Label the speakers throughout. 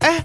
Speaker 1: 哎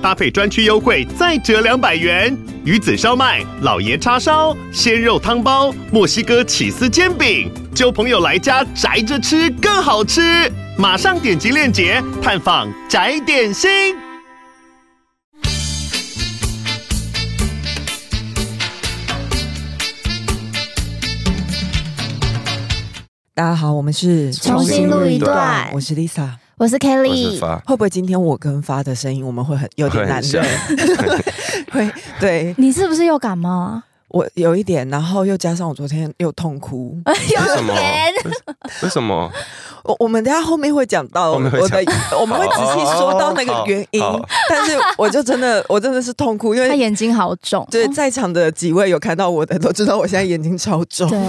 Speaker 1: 搭配专区优惠再折两百元。鱼子烧麦、老爷叉烧、鲜肉汤包、墨西哥起司煎饼，就朋友来家宅着吃更好吃。马上点击链接探访宅点心。
Speaker 2: 大家好，我们是
Speaker 3: 重新录一段
Speaker 2: 我是 Lisa。
Speaker 4: 我
Speaker 3: 我是
Speaker 4: 是
Speaker 3: Kelly，
Speaker 4: 发，
Speaker 2: 会不会今天我跟发的声音我们会很有点
Speaker 4: 会
Speaker 2: 难
Speaker 4: 很像
Speaker 2: 认？ 会，对
Speaker 3: 你是不是又感冒啊？
Speaker 2: 我有一点，然后又加上我昨天又痛 哭。
Speaker 4: 为什么
Speaker 3: 点？
Speaker 4: 为为什么？
Speaker 2: 我我们等一下后面会讲到
Speaker 4: 后
Speaker 2: 我
Speaker 4: 面会
Speaker 2: 的，
Speaker 4: 讲
Speaker 2: 我们会仔细说到那个原因
Speaker 4: 好好好。
Speaker 2: 但是我就真的， 我真的是痛哭，因
Speaker 3: 他
Speaker 2: 为
Speaker 3: 眼睛好肿。哦
Speaker 2: 对
Speaker 4: 哦
Speaker 2: 在场的几位有看到我的都知道我现在眼睛超肿。
Speaker 3: 对，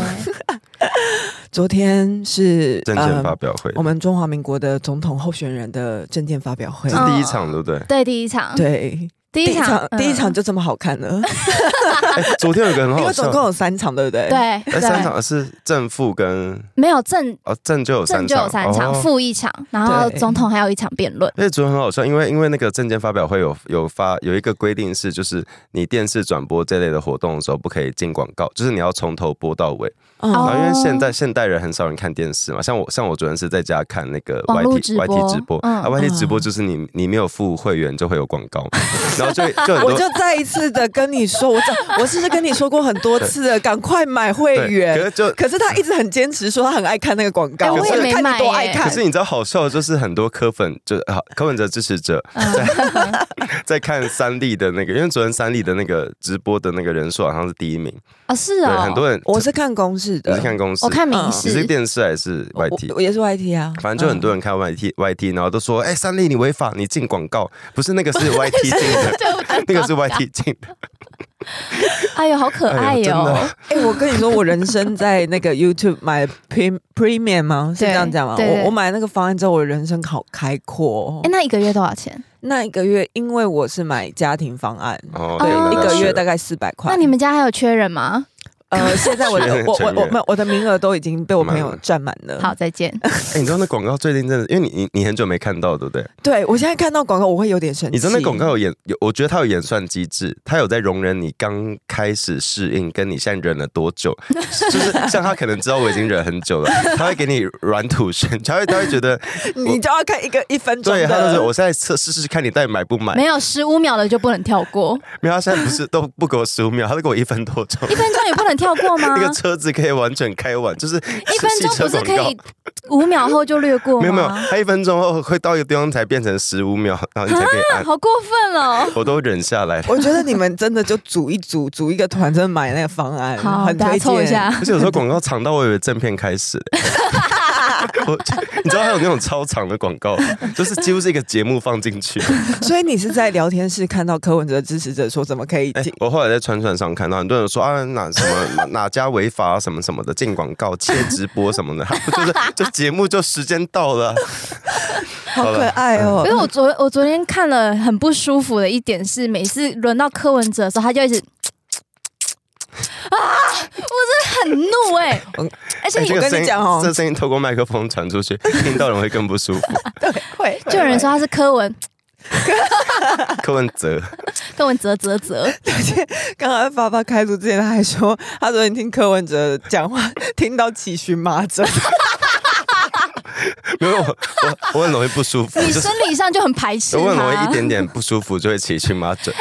Speaker 2: 昨天是呃
Speaker 4: 证件发表会
Speaker 3: 嗯
Speaker 2: 我们中华民国的总统候选人的证件发表会
Speaker 4: 这。
Speaker 3: 嗯
Speaker 4: 是第一场，对不对？
Speaker 3: 对第一场，
Speaker 2: 对，
Speaker 3: 第
Speaker 2: 第一
Speaker 3: 一场
Speaker 2: 场，第一场
Speaker 3: 嗯
Speaker 2: 就这么好看 了，
Speaker 4: 哎昨天有一个很
Speaker 2: 因
Speaker 4: 好
Speaker 2: 为总
Speaker 4: 笑，
Speaker 2: 共有三场，对不对？，
Speaker 3: 对
Speaker 4: 哎，三
Speaker 3: 对，
Speaker 4: 场是正负跟
Speaker 3: 没有正
Speaker 4: 哦正就有
Speaker 3: 正
Speaker 4: 三
Speaker 3: 就
Speaker 4: 场，
Speaker 3: 有三场，
Speaker 4: 哦
Speaker 3: 负一场，然后
Speaker 2: 对
Speaker 3: 总统还有一场辩论。
Speaker 4: 而且昨天很好笑，因为因为那个证件发表会有有发有一个规定是，就是你电视转播这类的活动的时候不可以进广告，就是你要从头播到尾。然
Speaker 3: 哦
Speaker 4: 后因为现在现代人很少人看电视嘛，像我像我昨天是在家看那个
Speaker 3: 网络
Speaker 4: YT
Speaker 3: 直播
Speaker 4: YT 直播，
Speaker 3: 嗯
Speaker 4: 啊 YT 直播就是你你没有付会员就会有广告，然后就就很
Speaker 2: 我就
Speaker 4: 多
Speaker 2: 再一次的跟你说，我早 我是不是跟你说过很多次了，赶快买会
Speaker 4: 对可
Speaker 2: 员
Speaker 4: 是。就
Speaker 2: 可是他一直很坚持说他很爱看那个广
Speaker 3: 哎
Speaker 2: 告，
Speaker 3: 我
Speaker 4: 也
Speaker 2: 就
Speaker 3: 没
Speaker 2: 看你
Speaker 3: 买
Speaker 2: 多
Speaker 3: 耶
Speaker 2: 爱
Speaker 4: 可
Speaker 2: 看。
Speaker 4: 是你知道好笑的就是很多科粉就是啊科粉者支持者在、在看三立的那个，因为昨天三立的那个直播的那个人数好像是第一名，
Speaker 3: 啊，是
Speaker 4: 对
Speaker 3: 哦，
Speaker 4: 很多人
Speaker 2: 我是看公式
Speaker 4: 你
Speaker 2: 的
Speaker 4: 是，看公司，
Speaker 3: 我看明
Speaker 4: 你是
Speaker 3: 示，
Speaker 4: 电视还是
Speaker 2: 我
Speaker 4: YT？
Speaker 2: 我也是 YT 啊，
Speaker 4: 反正就很多人看 YT、YT，然后都说：“哎、三立你违法，你进广告，不是那个是 YT 进的， 那个是 YT 进的。
Speaker 3: 哎呦，好可爱
Speaker 4: 哎呦真
Speaker 3: 哟
Speaker 4: 的！
Speaker 2: 哎、我跟你说，我人生在那个 YouTube 买 Pre Premium 吗？是
Speaker 3: 对
Speaker 2: 这样讲吗？
Speaker 3: 对对
Speaker 2: 我我买那个方案之后，我人生好开阔、哦
Speaker 3: 哎，。那一个月多少钱？
Speaker 2: 那一个月，因为我是买家庭方案，”
Speaker 4: 哦
Speaker 3: 对
Speaker 2: 啊一
Speaker 3: 那
Speaker 2: 个月大
Speaker 4: 的
Speaker 2: 概四百块。
Speaker 3: 那你们家还有缺人吗？
Speaker 2: 呃，现在 我的我我我我我的名额都已经被我朋友占满了。
Speaker 3: 好，，再见。
Speaker 4: 哎、你知道那广告最近真的，因为你你你很久没看到，对不对？
Speaker 2: 对我现在看到广告，我会有点生气。
Speaker 4: 你知道那广告有演有，我觉得它有演算机制，它有在容忍你刚开始适应，跟你现在忍了多 久，就是像他可能知道我已经忍很久了，他会给你软土生，他会他会觉 得，
Speaker 2: 你就要看一个一分钟的。
Speaker 4: 对，他就是我现在测试试看你到底买不买
Speaker 3: 没，有十五秒的就不能跳 过，
Speaker 4: 没有，他现在不是都不给我十五秒，他都给我一分多钟
Speaker 3: 一。分钟也不能跳过 吗？
Speaker 4: 那个车子可以完全开完，就是
Speaker 3: 一分
Speaker 4: 汽
Speaker 3: 钟
Speaker 4: 车
Speaker 3: 不是
Speaker 4: 广
Speaker 3: 可
Speaker 4: 告
Speaker 3: 以。五秒后就略过吗？
Speaker 4: 没有没有，它一分钟后会到一个地方才变成十五秒，然后你才可以 按，
Speaker 3: 好过分哦！
Speaker 4: 我都忍下来了。
Speaker 2: 我觉得你们真的就组一组，组一个团，真的买那个方案，
Speaker 3: 好，
Speaker 2: 很
Speaker 3: 大家
Speaker 2: 推
Speaker 3: 凑
Speaker 2: 荐。
Speaker 3: 一下。
Speaker 4: 而且有时候广告长到我以为正片开始了。 我你知道还有那种超长的广告，就是几乎是一个节目放进去。
Speaker 2: 所以你是在聊天室看到柯文哲支持者说怎么可以
Speaker 4: 哎、
Speaker 2: 进？
Speaker 4: 我后来在川传上看到很多人说啊，哪什么哪哪家违法、啊、什么什么的，进广告、切直播什么的， 不就是就节目就时间到 了，
Speaker 2: 好可爱哦
Speaker 4: 嗯
Speaker 3: 可！是我昨我昨天看了很不舒服的一点是，每次轮到柯文哲的时候，他就一直啊，我真的很怒哎、而且
Speaker 4: 哎
Speaker 3: 你
Speaker 4: 这
Speaker 2: 我
Speaker 4: 个
Speaker 2: 跟你
Speaker 4: 声音
Speaker 2: 讲哦
Speaker 4: 这声音透过麦克风传出去，听到人会更不舒 服。
Speaker 2: 对，会
Speaker 3: 就有人说，他是柯文
Speaker 4: 柯文哲，
Speaker 3: 柯文哲哲哲，
Speaker 2: 会刚刚发发开录之前，他还说，他昨天听柯文哲讲话，听到起荨麻疹。
Speaker 4: 没有我我我很容易不舒服，
Speaker 3: 你
Speaker 4: 就是
Speaker 3: 生理上就很排斥
Speaker 4: 我很容易一
Speaker 3: 他。
Speaker 4: 点点不舒服就会起荨麻疹，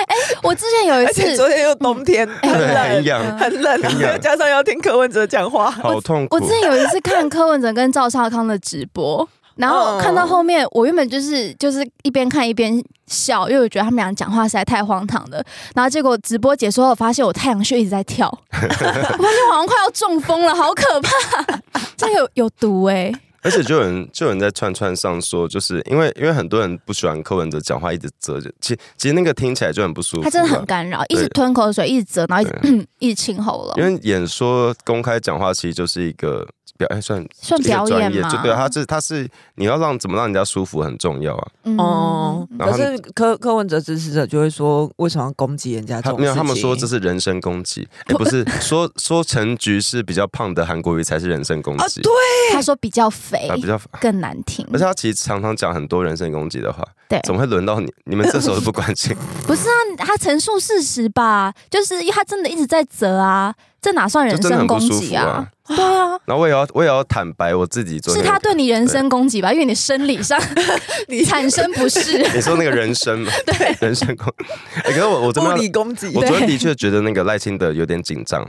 Speaker 3: 我之前有一
Speaker 2: 而且昨
Speaker 3: 次，
Speaker 2: 天又冬天，哎
Speaker 3: 哎
Speaker 2: 很
Speaker 4: 对，很
Speaker 2: 冷，
Speaker 4: 痒，
Speaker 2: 很冷，然
Speaker 4: 很
Speaker 2: 后
Speaker 4: 痒
Speaker 2: 又加上要听柯文哲讲话，
Speaker 4: 好痛苦。
Speaker 3: 我之前有一次看柯文哲跟赵少康的直播。然后
Speaker 2: 嗯
Speaker 3: 看到后面，我原本就是就是一边看一边笑，因为我觉得他们俩讲话实在太荒唐了。然后结果直播结束后，我发现我太阳穴一直在 跳，我发现我好像快要中风了，好可怕！ 这有有毒哎、
Speaker 4: 而且就有人就有人在串串上说，就是因为因为很多人不喜欢柯文哲讲话一直遮着，其其实那个听起来就很不舒服。啊
Speaker 3: 他真的很。干扰，一直吞 口水，一直折，然后一直一直清喉咙。
Speaker 4: 因为演说公开讲话其实就是一个表哎算
Speaker 3: 算
Speaker 4: 一个
Speaker 3: 表
Speaker 4: 专
Speaker 3: 演
Speaker 4: 业，
Speaker 3: 嘛？
Speaker 4: 就对啊他是他是你要让怎么让人家舒服很重要啊。
Speaker 3: 嗯
Speaker 2: 哦，
Speaker 4: 然
Speaker 2: 可
Speaker 4: 后他
Speaker 2: 是柯柯文哲支持者就会说，为什么要攻击人家这
Speaker 4: 他
Speaker 2: 种
Speaker 4: 没有，他们
Speaker 2: 事情
Speaker 4: 说这是人身攻击，哎，不是说说陈菊是比较胖的韩国瑜才是人身攻
Speaker 3: 哦
Speaker 2: 啊，
Speaker 4: 击，
Speaker 2: 对，
Speaker 3: 他说比较肥
Speaker 4: 啊，比较，
Speaker 3: 更难听。
Speaker 4: 而且他其实常常讲很多人身攻击的话，
Speaker 3: 对，
Speaker 4: 怎么会轮到你？你们这时候都不关心，
Speaker 3: 不是啊，他陈述事实吧，就是他真的一直在责啊，这哪算 人
Speaker 4: 就真的
Speaker 3: 身
Speaker 4: 很不
Speaker 3: 攻
Speaker 4: 舒
Speaker 3: 击
Speaker 4: 服
Speaker 3: 啊
Speaker 4: 啊？
Speaker 3: 对啊，
Speaker 4: 然后我也要我也要坦白我自己昨
Speaker 3: 是
Speaker 4: 天
Speaker 3: 他对你人身攻击吧？因为你生理 上
Speaker 2: 你
Speaker 3: 产生不适。
Speaker 4: 你说那个人生 嘛，对， 人生攻，哎，可是我我真
Speaker 2: 物
Speaker 4: 的要
Speaker 2: 理攻击
Speaker 4: 我
Speaker 3: 对
Speaker 4: 昨天的确觉得那个赖清德有点紧张，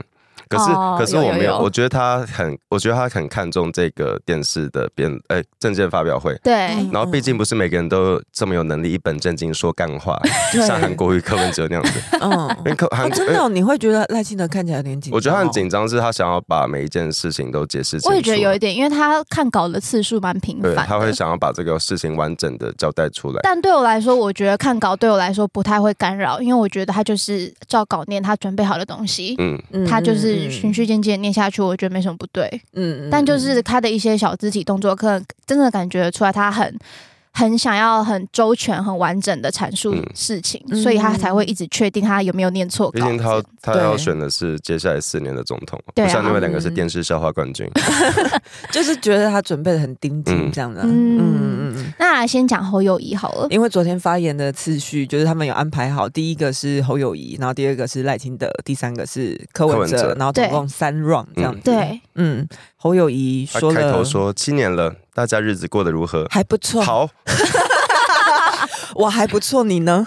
Speaker 4: 可是、
Speaker 3: 哦
Speaker 4: 可是
Speaker 3: 有
Speaker 4: 我
Speaker 3: 有
Speaker 4: 没有，
Speaker 3: 有
Speaker 4: 我觉得他很，我觉得他很看重这个电视的辩，呃、证件发表会。
Speaker 3: 对，
Speaker 4: 然后，毕竟不是每个人都这么有能力一本正经说干 话，
Speaker 2: 对
Speaker 4: 像韩国瑜、柯文哲那样子。
Speaker 2: 嗯，
Speaker 4: 因为柯韩
Speaker 2: 哦
Speaker 4: 国、欸
Speaker 2: 真的哦，你会觉得赖清德看起来有点紧张哦，
Speaker 4: 我觉得他很紧张，是他想要把每一件事情都解释清楚。
Speaker 3: 我也觉得有一点，因为他看稿的次数蛮频
Speaker 4: 对，
Speaker 3: 繁
Speaker 4: 他会
Speaker 3: 的。
Speaker 4: 想要把这个事情完整的交代出来。
Speaker 3: 但对我来说，我觉得看稿对我来说不太会干扰，因为我觉得他就是照稿念他准备好的东西，
Speaker 4: 嗯，
Speaker 2: 嗯，
Speaker 3: 他就是循
Speaker 2: 嗯，
Speaker 3: 序渐进念下去，我觉得没什么不对。
Speaker 2: 嗯嗯
Speaker 3: 但就是他的一些小肢体动作，可能真的感觉出来他很很想要很周全、很完整的阐述
Speaker 4: 嗯
Speaker 3: 事情，
Speaker 2: 嗯
Speaker 3: 所以他才会一直确定他有没有念错
Speaker 4: 毕
Speaker 3: 稿
Speaker 4: 竟。他他
Speaker 2: 对
Speaker 4: 要选的是接下来四年的总统，
Speaker 3: 对啊嗯
Speaker 4: 不像另外两个是
Speaker 2: 嗯
Speaker 4: 电视笑话冠军。
Speaker 2: 就是觉得他准备的很盯紧
Speaker 4: 嗯
Speaker 2: 这样的，嗯嗯
Speaker 3: 嗯
Speaker 2: 嗯嗯。
Speaker 3: 那来先讲侯友谊好了。
Speaker 2: 因为昨天发言的次序就是他们有安排好，第一个是侯友谊，然后第二个是赖清德，第三个是柯文
Speaker 4: 柯
Speaker 2: 哲，
Speaker 4: 文哲
Speaker 2: 然后总
Speaker 3: 对
Speaker 2: 共三 round 这样子。
Speaker 3: 对，
Speaker 2: 嗯，侯友谊
Speaker 4: 他
Speaker 2: 说
Speaker 4: 开
Speaker 2: 了
Speaker 4: 头说七年了，大家日子过得如何？
Speaker 2: 还不错，
Speaker 4: 好，
Speaker 2: 我还不错，你 呢？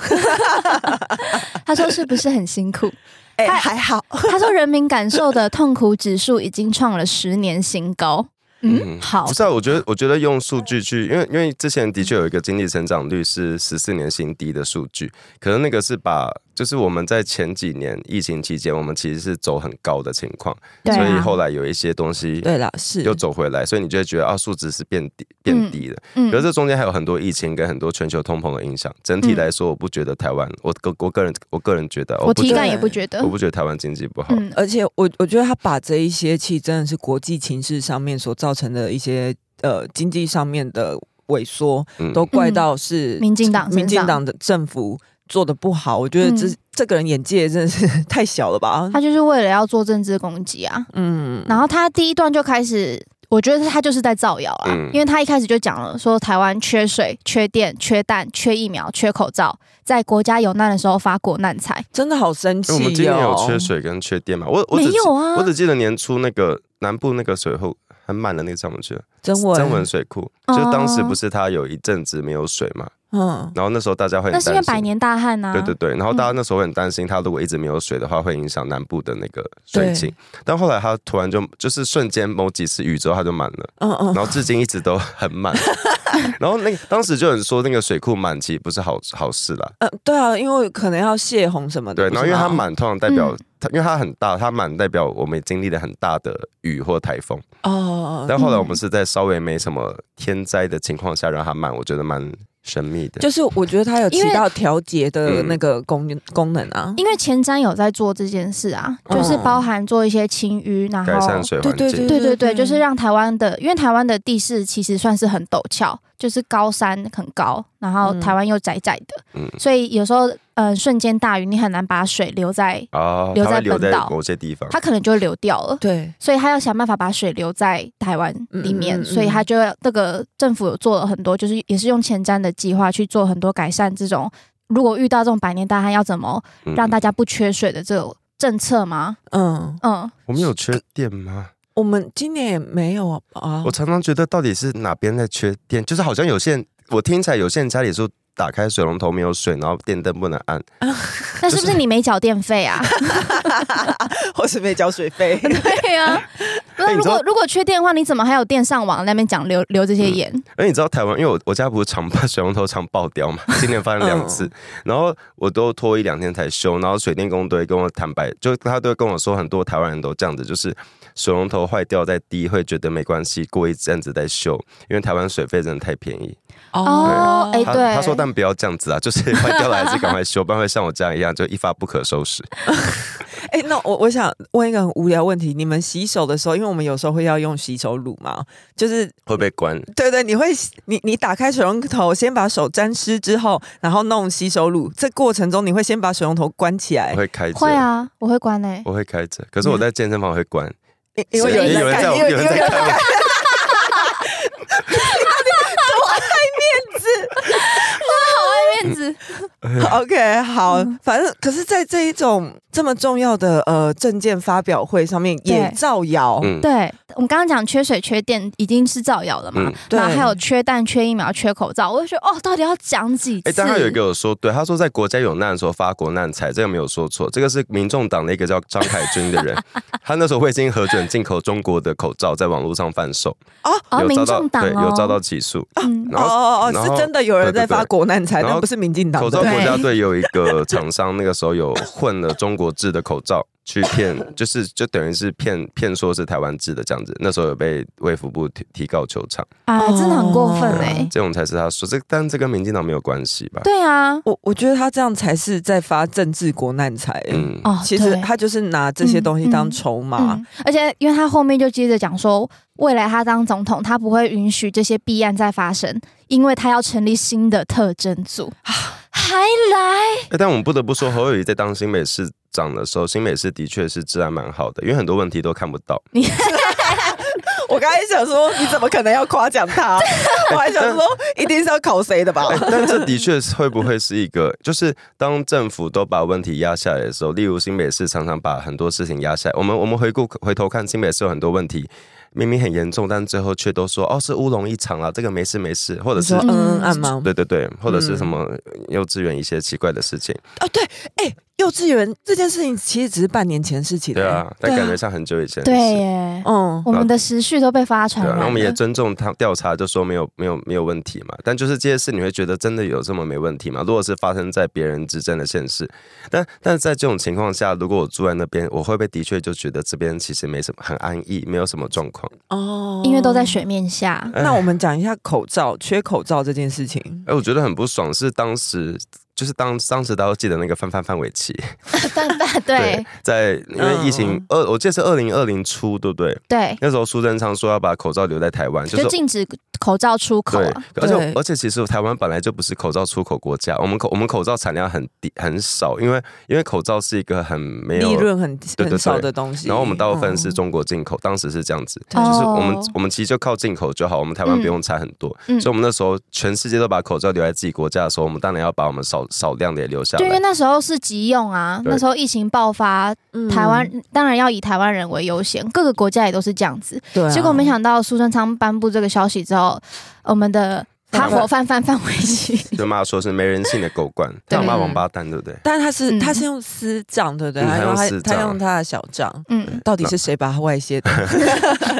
Speaker 3: 他说是不是很辛苦？
Speaker 2: 哎、
Speaker 3: 他
Speaker 2: 还好，
Speaker 3: 他说人民感受的痛苦指数已经创了十年新高。嗯，好
Speaker 4: 不，是啊，我觉得，我觉得用数据去，因为因为之前的确有一个经济成长率是十四年新低的数据，可能那个是把，就是我们在前几年疫情期间，我们其实是走很高的情况，
Speaker 3: 对
Speaker 4: 所以
Speaker 3: 啊，
Speaker 4: 后来有一些东西
Speaker 2: 对啦，是
Speaker 4: 又走回来，所以你就会觉得啊，数值是变低变低的。
Speaker 3: 嗯
Speaker 4: 可是这中间还有很多疫情跟很多全球通膨的影响。整体
Speaker 3: 嗯
Speaker 4: 来说，我不觉得台湾，我个我个人我个人觉得，
Speaker 3: 我
Speaker 4: 不觉
Speaker 3: 体
Speaker 4: 得
Speaker 3: 感也不觉得
Speaker 4: 我。不觉得台湾经济不好。
Speaker 3: 嗯，
Speaker 2: 而且我我觉得他把这一些其实真的是国际情势上面所造成的一些呃经济上面的萎缩，
Speaker 4: 嗯
Speaker 2: 都怪到是
Speaker 3: 嗯民进党身上
Speaker 2: 民进党的政府做的不好。我觉得这、
Speaker 3: 嗯
Speaker 2: 这个人眼界真的是太小了吧？
Speaker 3: 他就是为了要做政治攻击啊。
Speaker 2: 嗯，
Speaker 3: 然后他第一段就开始，我觉得他就是在造谣啦，
Speaker 4: 嗯
Speaker 3: 因为他一开始就讲了说台湾缺水、缺电、缺蛋、缺疫苗、缺口罩，在国家有难的时候发国难财。
Speaker 2: 真的好生
Speaker 4: 因为我们今
Speaker 2: 气
Speaker 4: 年有
Speaker 2: 哦！
Speaker 4: 缺水跟缺电嘛？我我
Speaker 3: 没
Speaker 4: 只记
Speaker 3: 有啊
Speaker 4: 我只记得年初那个南部那个水后很满的那个上面去了，
Speaker 2: 真文
Speaker 4: 增文水库，
Speaker 3: 哦
Speaker 4: 就当时不是它有一阵子没有水嘛，
Speaker 2: 嗯，
Speaker 4: 然后那时候大家会很
Speaker 3: 那
Speaker 4: 担
Speaker 3: 是
Speaker 4: 心，
Speaker 3: 因为百年大旱呐、啊。
Speaker 4: 对对对，然后大家那时候会很担心，它如果一直没有水的话，会影响南部的那个水情。但后来它突然就就是瞬间某几次雨之后它就满了，
Speaker 2: 嗯嗯，
Speaker 4: 然后至今一直都很满。然后那个当时就有人说那个水库满其实不是好好事啦，
Speaker 2: 嗯，对啊，因为可能要泄洪什么的，
Speaker 4: 对，然后因为它
Speaker 2: 满
Speaker 4: 满，通常代表
Speaker 3: 嗯
Speaker 4: 它，因为它很大，它满代表我们经历了很大的雨或台风。
Speaker 2: 哦，
Speaker 4: 但后来我
Speaker 3: 嗯
Speaker 4: 们是在稍微没什么天灾的情况下让它满，我觉得蛮神秘的。
Speaker 2: 就是我觉得他有起
Speaker 3: 因为
Speaker 2: 到调节的
Speaker 4: 嗯
Speaker 2: 那个功功能啊，
Speaker 3: 因为前瞻有在做这件事啊，
Speaker 2: 嗯
Speaker 3: 就是包含做一些清淤，然
Speaker 4: 改
Speaker 3: 后
Speaker 4: 善水
Speaker 2: 对
Speaker 4: 环境，
Speaker 2: 对对
Speaker 3: 对对对，就是让台湾的，因为台湾的地势其实算是很陡峭，就是高山很高，然后
Speaker 2: 嗯
Speaker 3: 台湾又窄窄的，
Speaker 4: 嗯
Speaker 3: 所以有时候呃瞬间大雨，你很难把水留在，
Speaker 4: 哦，
Speaker 3: 留
Speaker 4: 它
Speaker 3: 在
Speaker 4: 会留
Speaker 3: 本
Speaker 4: 在
Speaker 3: 岛
Speaker 4: 某些地方。
Speaker 3: 它可能就流掉了。
Speaker 2: 对。
Speaker 3: 所以他要想办法把水留在台湾里面，
Speaker 2: 嗯嗯嗯嗯
Speaker 3: 所以他就要那个政府有做了很多，就是也是用前瞻的计划去做很多改善。这种如果遇到这种百年大旱，要怎么
Speaker 4: 嗯
Speaker 3: 让大家不缺水的这种政策吗？
Speaker 2: 嗯，
Speaker 3: 嗯，
Speaker 4: 我们有缺电吗？
Speaker 3: 哦
Speaker 2: 我们今年也没有啊。
Speaker 4: 我常常觉得到底是哪边在缺电，就是好像有些人，我听起来有些人家里说打开水龙头没有水，然后电灯不能按，
Speaker 3: 那是不是你没缴电费啊？
Speaker 2: 或是没交水费，
Speaker 3: 对呀、不是
Speaker 4: 哎你
Speaker 3: 如
Speaker 4: 知道
Speaker 3: 果如果缺电的话，你怎么还有电上网那边讲留留这些言？
Speaker 4: 而你知道台湾，因为我我家不是常把水龙头常爆掉嘛，今年发生两次，然后我都拖一两天才修，然后水电工都会跟我坦白，就他都会跟我说，很多台湾人都这样子，就是水龙头坏掉再低会觉得没关系，过一阵子再修，因为台湾水费真的太便宜。
Speaker 3: 哦哎
Speaker 4: 他
Speaker 3: 对
Speaker 4: 他说但不 要这样子啊，就是坏掉了还是赶快修，不然会像我这样一样就一发不可收拾。
Speaker 2: 哎、哎、那我我想问一个很无聊的问题：你们洗手的时候，因为我们有时候会要用洗手乳嘛，就是
Speaker 4: 会被关。
Speaker 2: 对对，你会你你打开水龙头，先把手沾湿之后，然后弄洗手乳，这过程中你会先把水龙头关起来
Speaker 4: 我，会开着，
Speaker 3: 会啊，我会关诶、
Speaker 4: 我会开着。可是我在健身房会关，
Speaker 2: 因因为有人
Speaker 4: 有人
Speaker 2: 在
Speaker 4: 在
Speaker 2: 看，
Speaker 4: 我
Speaker 2: 因为
Speaker 4: 有人
Speaker 2: 因为
Speaker 4: 在看我，
Speaker 3: 面子
Speaker 2: OK，好，
Speaker 3: 嗯
Speaker 2: 反正可是，在这一种这么重要的呃证件发表会上面也
Speaker 3: 对
Speaker 2: 造谣，
Speaker 4: 嗯，
Speaker 3: 对我们刚刚讲缺水、缺电已经是造谣了嘛，
Speaker 4: 嗯
Speaker 2: 对
Speaker 3: 然后还有缺蛋、缺疫苗、缺口罩，我就觉得哦，到底要讲几次？
Speaker 4: 哎，但他有一个有说对，他说在国家有难的时候发国难财，这个没有说错。这个是民众党的一个叫张凯军的人，他那时候未经核准进口中国的口罩，在网络上贩售，
Speaker 3: 哦，
Speaker 4: 有
Speaker 3: 民
Speaker 4: 遭到
Speaker 3: 众党
Speaker 4: 对
Speaker 3: 哦，
Speaker 4: 有遭到起诉。
Speaker 3: 嗯
Speaker 2: 哦
Speaker 4: 然后
Speaker 2: 哦
Speaker 4: 然
Speaker 2: 哦，
Speaker 4: 后
Speaker 2: 是真的有人在
Speaker 4: 对对
Speaker 2: 发
Speaker 4: 对
Speaker 2: 国难财，
Speaker 4: 然后
Speaker 2: 那不是民进党
Speaker 4: 口
Speaker 2: 的
Speaker 4: 罩
Speaker 3: 对
Speaker 4: 国家队有一个厂商，那个时候有混了中国制的口罩去骗，就是就等于是骗骗说是台湾制的这样子。那时候有被卫福部提提告求偿，
Speaker 3: 啊，真的很过分
Speaker 2: 哦
Speaker 3: 哎、
Speaker 4: 这种才是他说这，但这跟民进党没有关系吧？
Speaker 3: 对啊，
Speaker 2: 我我觉得他这样才是在发政治国难财。欸
Speaker 4: 嗯，
Speaker 3: 哦，
Speaker 2: 其实
Speaker 3: 对
Speaker 2: 他就是拿这些东西当筹码。
Speaker 3: 嗯，而且因为他后面就接着讲说，未来他当总统，他不会允许这些弊案再发生，因为他要成立新的特征组。还来
Speaker 4: 欸但我们不得不说，侯友谊在当新北市长的时候，新北市的确是治安蛮好的，因为很多问题都看不到。
Speaker 2: 我刚才想说，你怎么可能要夸奖 他？我还想说，一定是要考谁的吧？
Speaker 4: 欸但这的确是会不会是一个，就是当政府都把问题压下来的时候，例如新北市常常把很多事情压下来。我们我们回顾回头看，新北市有很多问题，明明很严重，但最后却都说哦是乌龙一场啦，这个没事没事，或者
Speaker 2: 你
Speaker 4: 是
Speaker 2: 说。嗯嗯案吗？
Speaker 4: 对对对，或者是
Speaker 2: 嗯
Speaker 4: 什么幼稚园一些奇怪的事情，
Speaker 2: 哦，对，哎、幼稚园这件事情其实只是半年前的事情、欸
Speaker 4: 对啊，但
Speaker 3: 对啊
Speaker 4: 感觉像很久以前的
Speaker 3: 对
Speaker 4: 事
Speaker 3: 耶，
Speaker 2: 嗯，
Speaker 3: 我们的时序都被发传
Speaker 4: 对啊，
Speaker 3: 完
Speaker 4: 然后我们也
Speaker 3: 了。
Speaker 4: 尊重他调查，就说没有没有没有问题嘛。但就是这些事，你会觉得真的有这么没问题吗？如果是发生在别人执政的县市，但但在这种情况下，如果我住在那边，我会不会的确就觉得这边其实没什么，很安逸，没有什么状况？
Speaker 2: 哦
Speaker 3: 因为都在。水面下，
Speaker 4: 哎
Speaker 2: 那我们讲一下口罩，缺口罩这件事情。
Speaker 4: 哎，我觉得很不爽，是当时。就是当当时大家都记得那个范范范玮琪，
Speaker 3: 但但对，
Speaker 4: 在因为疫情
Speaker 2: 嗯
Speaker 4: 二，我记得是二零二零初，对不对？
Speaker 3: 对，
Speaker 4: 那时候苏贞昌说要把口罩留在台湾，就是
Speaker 3: 就禁止口罩出口
Speaker 4: 对
Speaker 3: 啊。，
Speaker 4: 而且
Speaker 2: 对
Speaker 4: 而且其实台湾本来就不是口罩出口国家，我们口我们口罩产量很低很少，因为因为口罩是一个很没有
Speaker 2: 利。润很
Speaker 4: 对对
Speaker 2: 很少的东西，
Speaker 4: 然后我们大部分
Speaker 2: 嗯
Speaker 4: 是中国进口，当时是这样子，
Speaker 2: 对
Speaker 4: 就是
Speaker 3: 哦
Speaker 4: 我们我们其实就靠进口就好，我们台湾不用差很多，
Speaker 3: 嗯
Speaker 4: 所以我们那时候全世界都把口罩留在自己国家的时候，我们当然要把我们少少量的也留下
Speaker 3: 对，因为
Speaker 4: 来。
Speaker 3: 那时候是急用啊，
Speaker 4: 对
Speaker 3: 那时候疫情爆发，
Speaker 2: 嗯
Speaker 3: 台湾当然要以台湾人为优先，各个国家也都是这样子。
Speaker 2: 对啊
Speaker 3: 结果没想到苏贞昌颁布这个消息之后，我们的
Speaker 2: 啊
Speaker 3: 哈佛范范范玮 琪
Speaker 4: 就骂说是没人性的狗 官，
Speaker 3: 对
Speaker 4: 他骂王八蛋，对不对？
Speaker 2: 但他是、
Speaker 3: 嗯
Speaker 2: 他是用私账，对不对？
Speaker 4: 嗯
Speaker 2: 他用
Speaker 4: 他
Speaker 2: 他
Speaker 4: 用私
Speaker 2: 他
Speaker 4: 账
Speaker 2: 用他的小账，
Speaker 3: 嗯，
Speaker 2: 到底是谁把他外泄的？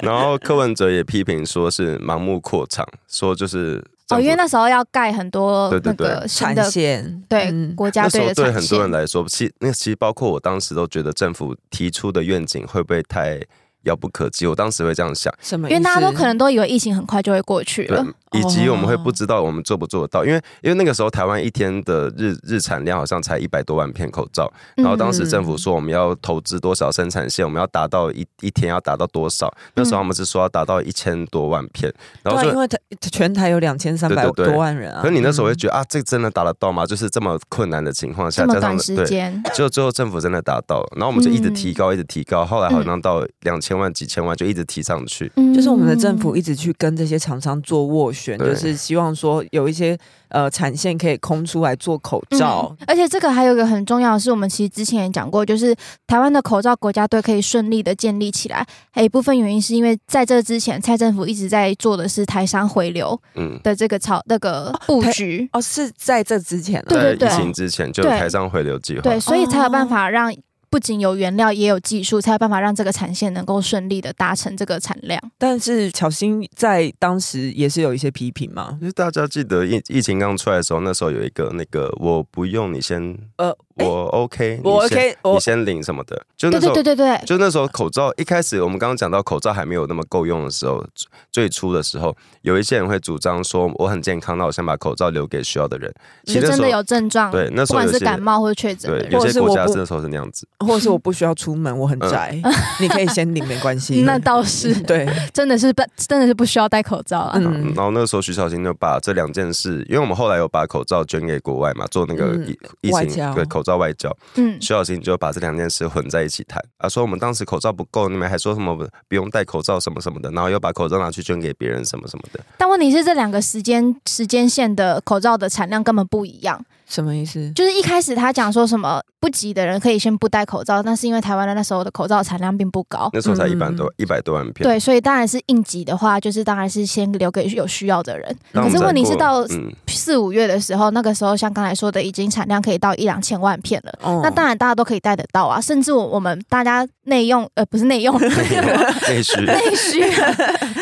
Speaker 4: 然后柯文哲也批评说是盲目扩厂，说就是政
Speaker 3: 哦，
Speaker 4: 府
Speaker 3: 因为那时候要盖很多
Speaker 4: 对对
Speaker 3: 那
Speaker 4: 对
Speaker 3: 个新
Speaker 2: 产
Speaker 3: 的
Speaker 2: 线
Speaker 3: 对
Speaker 2: 嗯
Speaker 3: 国家
Speaker 4: 那时
Speaker 3: 队
Speaker 4: 候
Speaker 3: 的
Speaker 4: 对
Speaker 3: 产
Speaker 4: 很多人
Speaker 3: 线，
Speaker 4: 来说，其那其实包括我当时都觉得政府提出的愿景会不会太遥不可及？我当时会这样想，
Speaker 2: 什么意
Speaker 3: 因
Speaker 2: 思？
Speaker 3: 为大家都可能都以为疫情很快就会过去
Speaker 4: 对
Speaker 3: 了，，
Speaker 4: 以及
Speaker 2: 哦
Speaker 4: 我们会不知道我们做不做得到，因为因为那个时候台湾一天的日日产量好像才一百多万片口罩，
Speaker 3: 嗯
Speaker 4: 然后当时政府说我们要投资多少生产线，我们要达到一一天要达到多少？那时
Speaker 3: 嗯
Speaker 4: 候他们是说要达到一千多万片，然
Speaker 2: 对
Speaker 4: 后
Speaker 2: 啊，因
Speaker 3: 哦
Speaker 4: 就。
Speaker 2: 为他全台有两千三百
Speaker 4: 对对对
Speaker 2: 多万人啊。
Speaker 4: 可是你那时候会
Speaker 2: 嗯
Speaker 4: 觉得、啊，这真的达得到吗？就是这么困难的情况下，
Speaker 3: 这么
Speaker 4: 加上
Speaker 3: 短时
Speaker 4: 对，
Speaker 3: 间，
Speaker 4: 就最后政府真的达到了，然后我们就一直
Speaker 3: 嗯
Speaker 4: 提高，一直提高，后来好像到两千万、几千万就一直提上去。
Speaker 3: 嗯
Speaker 2: 就是我们的政府一直去跟这些厂商做斡旋，
Speaker 4: 对
Speaker 2: 就是希望说有一些呃产线可以空出来做口罩。
Speaker 3: 嗯而且这个还有一个很重要的是，我们其实之前也讲过，就是台湾的口罩国家队可以顺利的建立起来，还有一部分原因是因为在这之前，蔡政府一直在做的是台商回流
Speaker 4: 嗯，
Speaker 3: 的这个操那个布
Speaker 2: 台
Speaker 3: 局。
Speaker 2: 哦，是在这之前啊
Speaker 3: 对对对
Speaker 4: 在疫情之前就有台商回流计划。
Speaker 3: 对，所以才有办
Speaker 2: 哦
Speaker 3: 法让不仅有原料，也有技术，才有办法让这个产线能够顺利的达成这个产量。
Speaker 2: 但是巧心在当时也是有一些批评嘛。
Speaker 4: 就是大家记得疫疫情刚出来的时候，那时候有一个那个我不用你先
Speaker 2: 呃，
Speaker 4: 我 OK，你
Speaker 2: 我
Speaker 4: 先
Speaker 2: OK，我
Speaker 4: 你先领什么的，就那
Speaker 3: 对
Speaker 4: 时
Speaker 3: 对
Speaker 4: 候
Speaker 3: 对对对，
Speaker 4: 就那时候口罩一开始，我们刚刚讲到口罩还没有那么够用的时候，最最初的时候，有一些人会主张说我很健康，那我想把口罩留给需要的人。其
Speaker 3: 就
Speaker 4: 实那
Speaker 3: 真
Speaker 4: 时
Speaker 3: 的
Speaker 4: 候
Speaker 3: 有症状，
Speaker 4: 对那时
Speaker 3: 不
Speaker 4: 候
Speaker 3: 管
Speaker 4: 有
Speaker 3: 是
Speaker 4: 些
Speaker 3: 感冒或者确诊的
Speaker 4: 对
Speaker 3: 人，
Speaker 4: 有
Speaker 2: 或者
Speaker 4: 些国
Speaker 2: 是我
Speaker 4: 家
Speaker 2: 不
Speaker 4: 那时候是那样子，
Speaker 2: 或是我不需要出门，我很
Speaker 4: 嗯
Speaker 2: 宅，你可以先领，没关系。
Speaker 3: 那倒是
Speaker 2: 对，
Speaker 3: 真的是不真的是不需要戴口罩啊。
Speaker 2: 嗯
Speaker 4: 然后那时候徐小新就把这两件事，因为我们后来有把口罩捐给国外嘛，做那个
Speaker 2: 嗯
Speaker 4: 疫疫
Speaker 2: 外
Speaker 4: 情
Speaker 2: 交
Speaker 4: 对口罩外交，
Speaker 3: 嗯，
Speaker 4: 徐小新就把这两件事混在一起谈啊，说我们当时口罩不够，你们还说什么不不用戴口罩什么什么的，然后又把口罩拿去捐给别人什么什么的。
Speaker 3: 但问题是这两个时间时间线的口罩的产量根本不一样。
Speaker 2: 什么意思？
Speaker 3: 就是一开始他讲说什么不急的人可以先不戴口罩，那是因为台湾的那时候的口罩产量并不高。
Speaker 4: 那时候才
Speaker 2: 嗯
Speaker 4: 一百多一百多万片，
Speaker 3: 对，所以当然是应急的话，就是当然是先留给有需要的人。
Speaker 4: 那我
Speaker 3: 可
Speaker 4: 们
Speaker 3: 是
Speaker 4: 再
Speaker 3: 问题
Speaker 4: 过
Speaker 3: 是到
Speaker 4: 嗯
Speaker 3: 四五月的时候，那个时候像刚才说的，已经产量可以到一两千万片了。
Speaker 2: 哦
Speaker 3: 那当然大家都可以带得到啊，甚至我我们大家内用呃不是内 用
Speaker 4: 内需。
Speaker 3: 内 需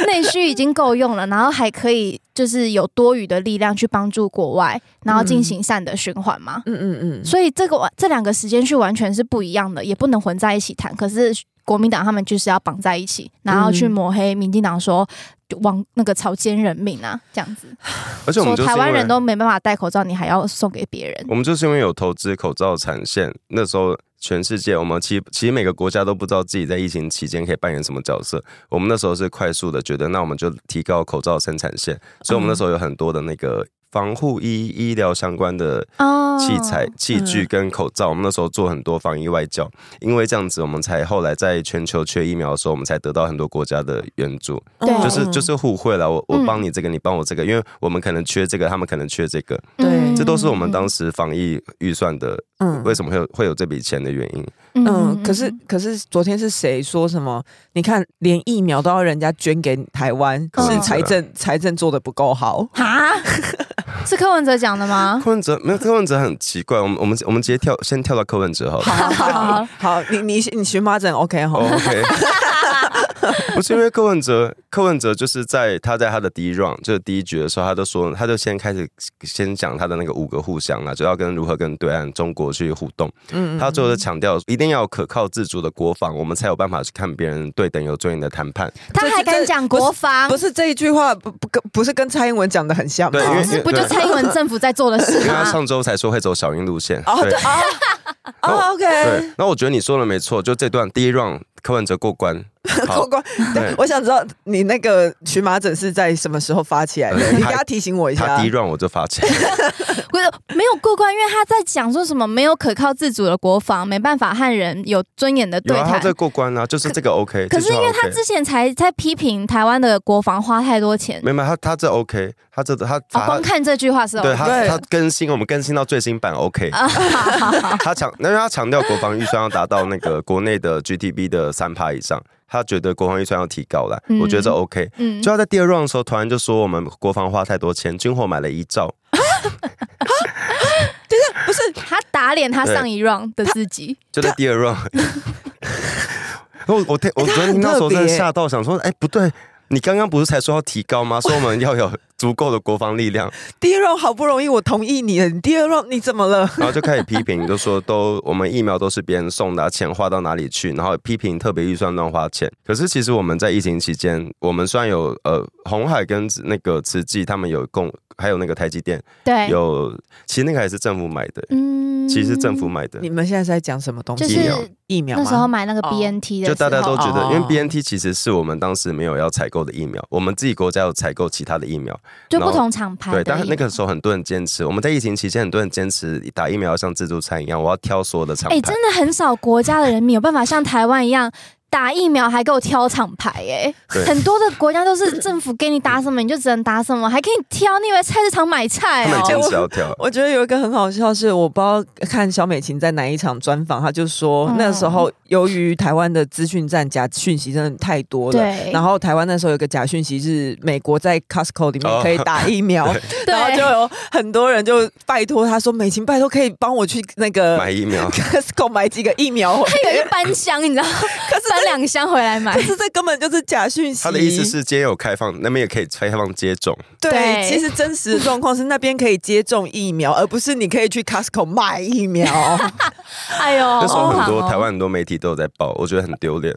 Speaker 3: 内需已经够用了，然后还可以就是有多余的力量去帮助国外，然后进行善的循环嘛。
Speaker 2: 嗯嗯嗯，
Speaker 3: 所以这个完这两个时间序完全是不一样的，也不能混在一起谈。可是国民党他们就是要绑在一起，然后去
Speaker 2: 嗯
Speaker 3: 抹黑民进党说。就往那个草菅人命啊，这样子，
Speaker 4: 而且我
Speaker 3: 说
Speaker 4: 们就是
Speaker 3: 台
Speaker 4: 因
Speaker 3: 湾人
Speaker 4: 为
Speaker 3: 都没办法戴口罩，你还要送给别人，
Speaker 4: 我们就是因为有投资口罩产线，那时候全世界我们其其实每个国家都不知道自己在疫情期间可以扮演什么角色。我们那时候是快速的觉得，那我们就提高口罩生产线，所以我们那时候有很多的那个防护衣、医疗相关的
Speaker 3: 哦
Speaker 4: 器材、器具
Speaker 2: 嗯
Speaker 4: 跟口罩。我们那时候做很多防疫外交，因为这样子，我们才后来在全球缺疫苗的时候，我们才得到很多国家的援助。
Speaker 3: 对
Speaker 4: 就是
Speaker 2: 嗯
Speaker 4: 就是互惠了，我我
Speaker 3: 哦嗯
Speaker 4: 帮你这个，你帮我这个，因为我们可能缺这个，他们可能缺这个，
Speaker 2: 对
Speaker 4: 这都是我们当
Speaker 3: 时
Speaker 4: 时防疫预算的，
Speaker 2: 嗯
Speaker 4: 为什么会有会有这笔钱的原因。
Speaker 2: 嗯，可是可是昨天是谁说什么？你看，连疫苗都要人家捐给台湾，可是
Speaker 4: 哦
Speaker 3: 嗯
Speaker 2: 财
Speaker 4: 啊
Speaker 2: 政财政做的不够好。
Speaker 3: 哈， 是柯文哲讲的 吗？
Speaker 2: 嗯
Speaker 4: 柯文哲没有，柯文哲很奇怪，我们我们我们直接跳，先跳到柯文哲好了。
Speaker 2: 好
Speaker 3: 好
Speaker 2: 好 好，你你你荨麻疹 OK
Speaker 4: 哦
Speaker 2: 哈？
Speaker 4: OK，不是因为柯文哲，柯文哲就是在他在他的第一 round 就是第一局的时候，他就说，他就先开始先讲他的那个五个互相啊，就要跟如何跟对岸中国去互动。
Speaker 2: 嗯，
Speaker 4: 他最后就强调，一定要有可靠自主的国防，我们才有办法去看别人对等有罪的谈判。
Speaker 3: 他还敢讲国防
Speaker 2: 不？是这一句话不不跟不是跟蔡英文讲的很像吗？
Speaker 4: 对因为
Speaker 3: 这啊不就蔡英文政府在做的
Speaker 4: 因
Speaker 3: 事
Speaker 4: 为他
Speaker 3: 吗？
Speaker 4: 上周才说会走小英路线，
Speaker 2: 啊哦对哦哦 OK
Speaker 4: 对。那我觉得你说的没错，就这段第一 round 柯文哲过 关，
Speaker 2: 过
Speaker 4: 好，
Speaker 2: 关。
Speaker 4: 对
Speaker 2: 我想知道你那个荨麻疹是在什么时候发起来的？
Speaker 4: 呃
Speaker 2: 你
Speaker 4: 他
Speaker 2: 给他提醒我一
Speaker 4: 他
Speaker 3: 啊
Speaker 2: 下啊
Speaker 4: 第一。round 我就发钱，
Speaker 3: 不是没有过关，因为他在讲说什么没有可靠自主的国防，没办法和人有尊严的 对
Speaker 4: 有啊，他
Speaker 3: 谈。
Speaker 4: 这过关啊，就是这个 OK，
Speaker 3: 可是因为
Speaker 4: 这句话
Speaker 3: 他
Speaker 4: OK
Speaker 3: 之前才在批评台湾的国防花太多钱，
Speaker 4: 没有没有他他这 OK，他这他
Speaker 3: 哦，啊
Speaker 4: 他
Speaker 3: 光。看这句话是
Speaker 4: 对他，
Speaker 2: 对
Speaker 4: 他更新我们更新到最新版 OK，他强，那因为他强调国防预算要达到那个国内的 GDP 的三趴以上，他觉得国防预算要提高了，
Speaker 3: 嗯
Speaker 4: 我觉得这 OK。
Speaker 3: 嗯
Speaker 4: 就，他在第二 round 的时候，突然就说我们国防花太多钱，军火买了一兆，
Speaker 3: 他打脸他上一 round 的自己，
Speaker 4: 就在第二 round。我我听我昨天听到的时候真的吓到，想说，哎、不对，你刚刚不是才说要提高吗？说我们要有足够的国防力量，
Speaker 2: 第一 round 好不容易我同意你了，你第二 round 你怎么了？
Speaker 4: 然后就开始批评，就说都我们疫苗都是别人送的啊、钱花到哪里去？然后批评特别预算乱花钱。可是其实我们在疫情期间，我们虽然有呃红海跟那个慈济他们有共，还有那个台积电
Speaker 3: 对，
Speaker 4: 有，其实那个还是政府买的，
Speaker 3: 嗯
Speaker 4: 其实是政府买的。
Speaker 2: 你们现在是在讲什么东西？
Speaker 3: 就是
Speaker 4: 疫苗
Speaker 2: 疫苗
Speaker 3: 那时候
Speaker 2: 吗？
Speaker 3: 买那个
Speaker 2: 哦
Speaker 3: BNT 的时
Speaker 4: 就
Speaker 3: 候，
Speaker 4: 大家都觉得，因为
Speaker 2: 哦
Speaker 4: BNT 其实是我们当时没有要采购的疫苗，我们自己国家有采购其他的疫苗，
Speaker 3: 就
Speaker 4: 然后
Speaker 3: 不同厂牌
Speaker 4: 对。
Speaker 3: 的疫苗，
Speaker 4: 但是那个时候很多人坚持，我们在疫情期间很多人坚持打疫苗要像自助餐一样，我要挑所有的厂
Speaker 3: 哎、
Speaker 4: 牌。
Speaker 3: 真的很少国家的人民有办法像台湾一样。打疫苗还给我挑厂牌哎、
Speaker 4: 对
Speaker 3: 很多的国家都是政府给你打什么你就只能打什么，还给你挑，你以为菜市场买菜
Speaker 4: 他们
Speaker 3: 哦、
Speaker 4: 坚持要挑，
Speaker 2: 我觉得有一个很好笑是，我不知道看小美琴在哪一场专访，她就说、
Speaker 3: 嗯
Speaker 2: 那时候由于台湾的资讯站假讯息真的太多了。
Speaker 3: 对，
Speaker 2: 然后台湾那时候有个假讯息是美国在 Costco 里面可以打疫苗，然后就
Speaker 3: 对，
Speaker 2: 有很多人就拜托她说美琴拜托可以帮我去那个
Speaker 4: 买疫苗
Speaker 2: Costco 买几个疫苗，
Speaker 3: 他有一搬箱，你知道，
Speaker 2: 可是真
Speaker 3: 两箱回来买
Speaker 2: 可。是这根本就是假讯息。
Speaker 4: 他的意思，是今天有开放，那边也可以开放接种。
Speaker 2: 对，
Speaker 3: 对
Speaker 2: 其实真实的状况是那边可以接种疫苗，而不是你可以去 Costco 买疫苗。
Speaker 3: 哎呦，
Speaker 4: 那时候很多
Speaker 3: 好
Speaker 4: 台湾很多媒体都有在报，我觉得很丢脸。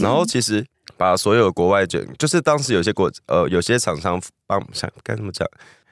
Speaker 4: 然后其实把所有国外卷，就是当时有些国呃有些厂商帮想该怎么讲，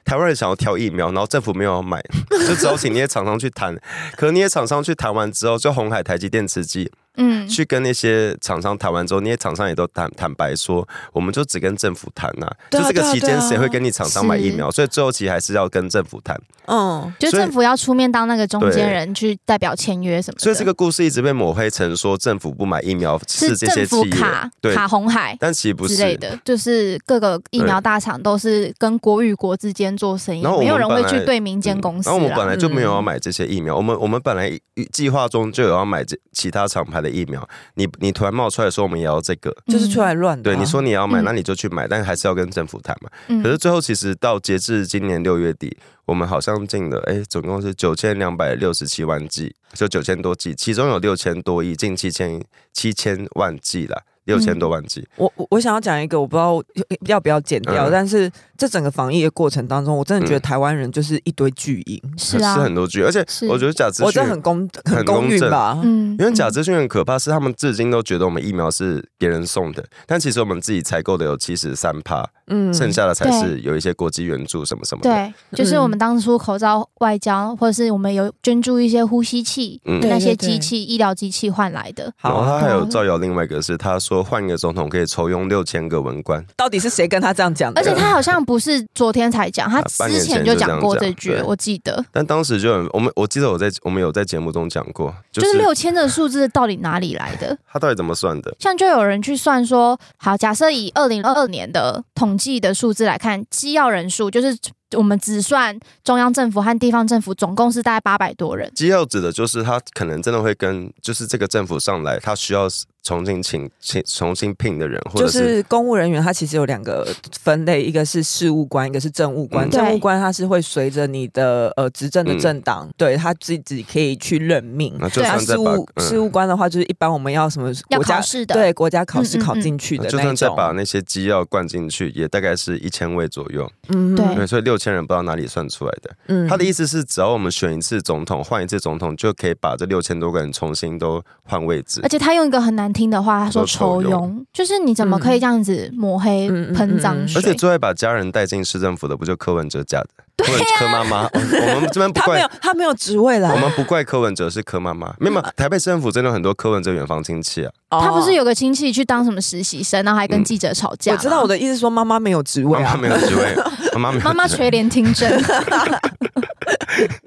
Speaker 4: 台湾人想要挑疫苗，然后政府没有要买，就只好请那些厂商去谈。可能那些厂商去谈完之后，就红海、台积电、慈济
Speaker 3: 嗯，
Speaker 4: 去跟那些厂商谈完之后，那些厂商也都坦坦白说，我们就只跟政府谈呐、
Speaker 2: 对啊
Speaker 4: 就这个期
Speaker 2: 对啊
Speaker 4: 间
Speaker 2: 对啊
Speaker 4: 谁会跟你厂商买疫苗？所以最后其实还是要跟政府谈。
Speaker 2: 嗯，
Speaker 3: 就
Speaker 4: 所以
Speaker 3: 政府要出面当那个中间人去代表签约什么的。
Speaker 4: 所以这个故事一直被抹黑成说政府不买疫苗
Speaker 3: 是
Speaker 4: 这些企
Speaker 3: 政府
Speaker 4: 业
Speaker 3: 卡
Speaker 4: 对，
Speaker 3: 卡红海
Speaker 4: 但其实不
Speaker 3: 之
Speaker 4: 是嗯
Speaker 3: 类。的，就是各个疫苗大厂都是跟国与国之间做生意
Speaker 4: 然后，我
Speaker 3: 没
Speaker 4: 们
Speaker 3: 有人会
Speaker 4: 本来嗯
Speaker 3: 去对民间公司啊
Speaker 4: 然后我们本
Speaker 3: 啦。
Speaker 4: 来就没有要
Speaker 2: 嗯
Speaker 4: 买这些疫苗，我们我们本来计划中就有要买这其他厂牌的疫苗，你你突然冒出来说我们也要这个，
Speaker 2: 就是出来乱的啊。
Speaker 4: 对，你说你也要买，
Speaker 3: 嗯
Speaker 4: 那你就去买，但还是要跟政府谈嘛。
Speaker 3: 嗯，
Speaker 4: 可是最后其实到截至今年六月底，我们好像进了哎，总共是九千两百六十七万剂，就九千多剂，其中有六千多亿，近七千七千万剂啦，六
Speaker 3: 嗯
Speaker 4: 千多万剂。
Speaker 2: 我我我想要讲一个，我不知道要不要剪掉，
Speaker 4: 嗯
Speaker 2: 但是这整个防疫的过程当中，我真的觉得
Speaker 4: 嗯
Speaker 2: 台湾人就是一堆巨婴，
Speaker 3: 是啊，
Speaker 4: 很多句，而且
Speaker 3: 是
Speaker 4: 我觉得假资
Speaker 2: 我
Speaker 4: 讯
Speaker 2: 这很公很
Speaker 4: 很
Speaker 2: 公
Speaker 4: 公
Speaker 2: 允
Speaker 4: 正
Speaker 2: 吧？
Speaker 3: 嗯
Speaker 4: 因为假资讯很可怕，是他们至今都觉得我们疫苗是别人送的，但其实我们自己采购的有七十三趴，
Speaker 2: 嗯
Speaker 4: 剩下的才
Speaker 3: 对
Speaker 4: 是有一些国际援助什么什么的。，
Speaker 3: 嗯对，就是我们当初口罩外交，或者是我们有捐助一些呼吸器、
Speaker 4: 嗯
Speaker 2: 对
Speaker 3: 那些机器、医疗机器换来的。
Speaker 4: 然
Speaker 2: 好
Speaker 4: 后
Speaker 2: 啊，
Speaker 4: 他还有
Speaker 3: 嗯
Speaker 4: 造谣另外一个是，他说换一个总统可以抽佣六千个文官，
Speaker 2: 到底是谁跟他这样讲的？
Speaker 3: 而且他好像不是昨天才讲，他
Speaker 4: 啊半年
Speaker 3: 之
Speaker 4: 前
Speaker 3: 前就讲过
Speaker 4: 就这
Speaker 3: 这
Speaker 4: 样
Speaker 3: 句
Speaker 4: 讲，对
Speaker 3: 我记得。
Speaker 4: 但当时就很我们我记得我在我们有在节目中讲过，就
Speaker 3: 就是
Speaker 4: 是
Speaker 3: 六千的数字到底哪里来的？
Speaker 4: 他到底怎么算的？
Speaker 3: 像就有人去算说，好，假设以二零二二年的统计的数字来看，机要人数就是我们只算中央政府和地方政府，总共是大概八百多人。
Speaker 4: 机要指的就是他可能真的会跟就是这个政府上来，他需要重新请请重新聘的人，或
Speaker 2: 就
Speaker 4: 者是
Speaker 2: 是公务人员，他其实有两个分类，一个是事务官，一个是政务官。
Speaker 4: 嗯
Speaker 2: 政务
Speaker 3: 对
Speaker 2: 官他是会随着你的呃执政的
Speaker 4: 嗯
Speaker 2: 政党，对他自己可以去任命。
Speaker 4: 那就
Speaker 3: 对啊
Speaker 2: 那
Speaker 4: 算在
Speaker 2: 事
Speaker 4: 把
Speaker 2: 务
Speaker 4: 嗯
Speaker 2: 事务官的话，就是一般我们要什么
Speaker 3: 要
Speaker 2: 国家
Speaker 3: 考试的
Speaker 2: 对国家考试
Speaker 3: 嗯嗯
Speaker 2: 考
Speaker 3: 嗯
Speaker 2: 进去的
Speaker 4: 呃就
Speaker 2: 那
Speaker 4: 算再把
Speaker 2: 种。
Speaker 4: 那些机要灌进去，也大概是一千位左右。
Speaker 2: 嗯
Speaker 3: 对
Speaker 4: 对，所以六千人不知道哪里算出来的。
Speaker 2: 嗯
Speaker 4: 他的意思是，只要我们选一次总统，换一次总统，就可以把这六千多个人重新都换位置
Speaker 3: 而。且他用一个很难听的话，他
Speaker 4: 说
Speaker 3: 说抽
Speaker 4: 抽
Speaker 3: 佣
Speaker 4: 佣，
Speaker 3: 就是你怎么可以这样子抹黑、
Speaker 2: 嗯嗯嗯
Speaker 3: 喷脏水？
Speaker 4: 而且最爱把家人带进市政府的，不就柯文哲家的？柯文柯妈妈，我我们这边
Speaker 2: 啊他
Speaker 4: 不
Speaker 2: 没
Speaker 4: 怪
Speaker 2: 有，他没有职位
Speaker 4: 我
Speaker 2: 啦。
Speaker 4: 们不怪柯文哲，是柯妈妈。没有，没有台北市政府真的有很多柯文哲远房亲戚啊。
Speaker 3: 他不是
Speaker 2: 有？
Speaker 3: 有个啊亲戚去当什么实习生，然后还跟记者吵架、
Speaker 2: 我知道我的意思是说，妈妈没有职
Speaker 4: 妈
Speaker 2: 位
Speaker 4: 妈
Speaker 2: 啊。
Speaker 4: 没有 职位，妈妈没有。
Speaker 3: 妈妈垂帘听政，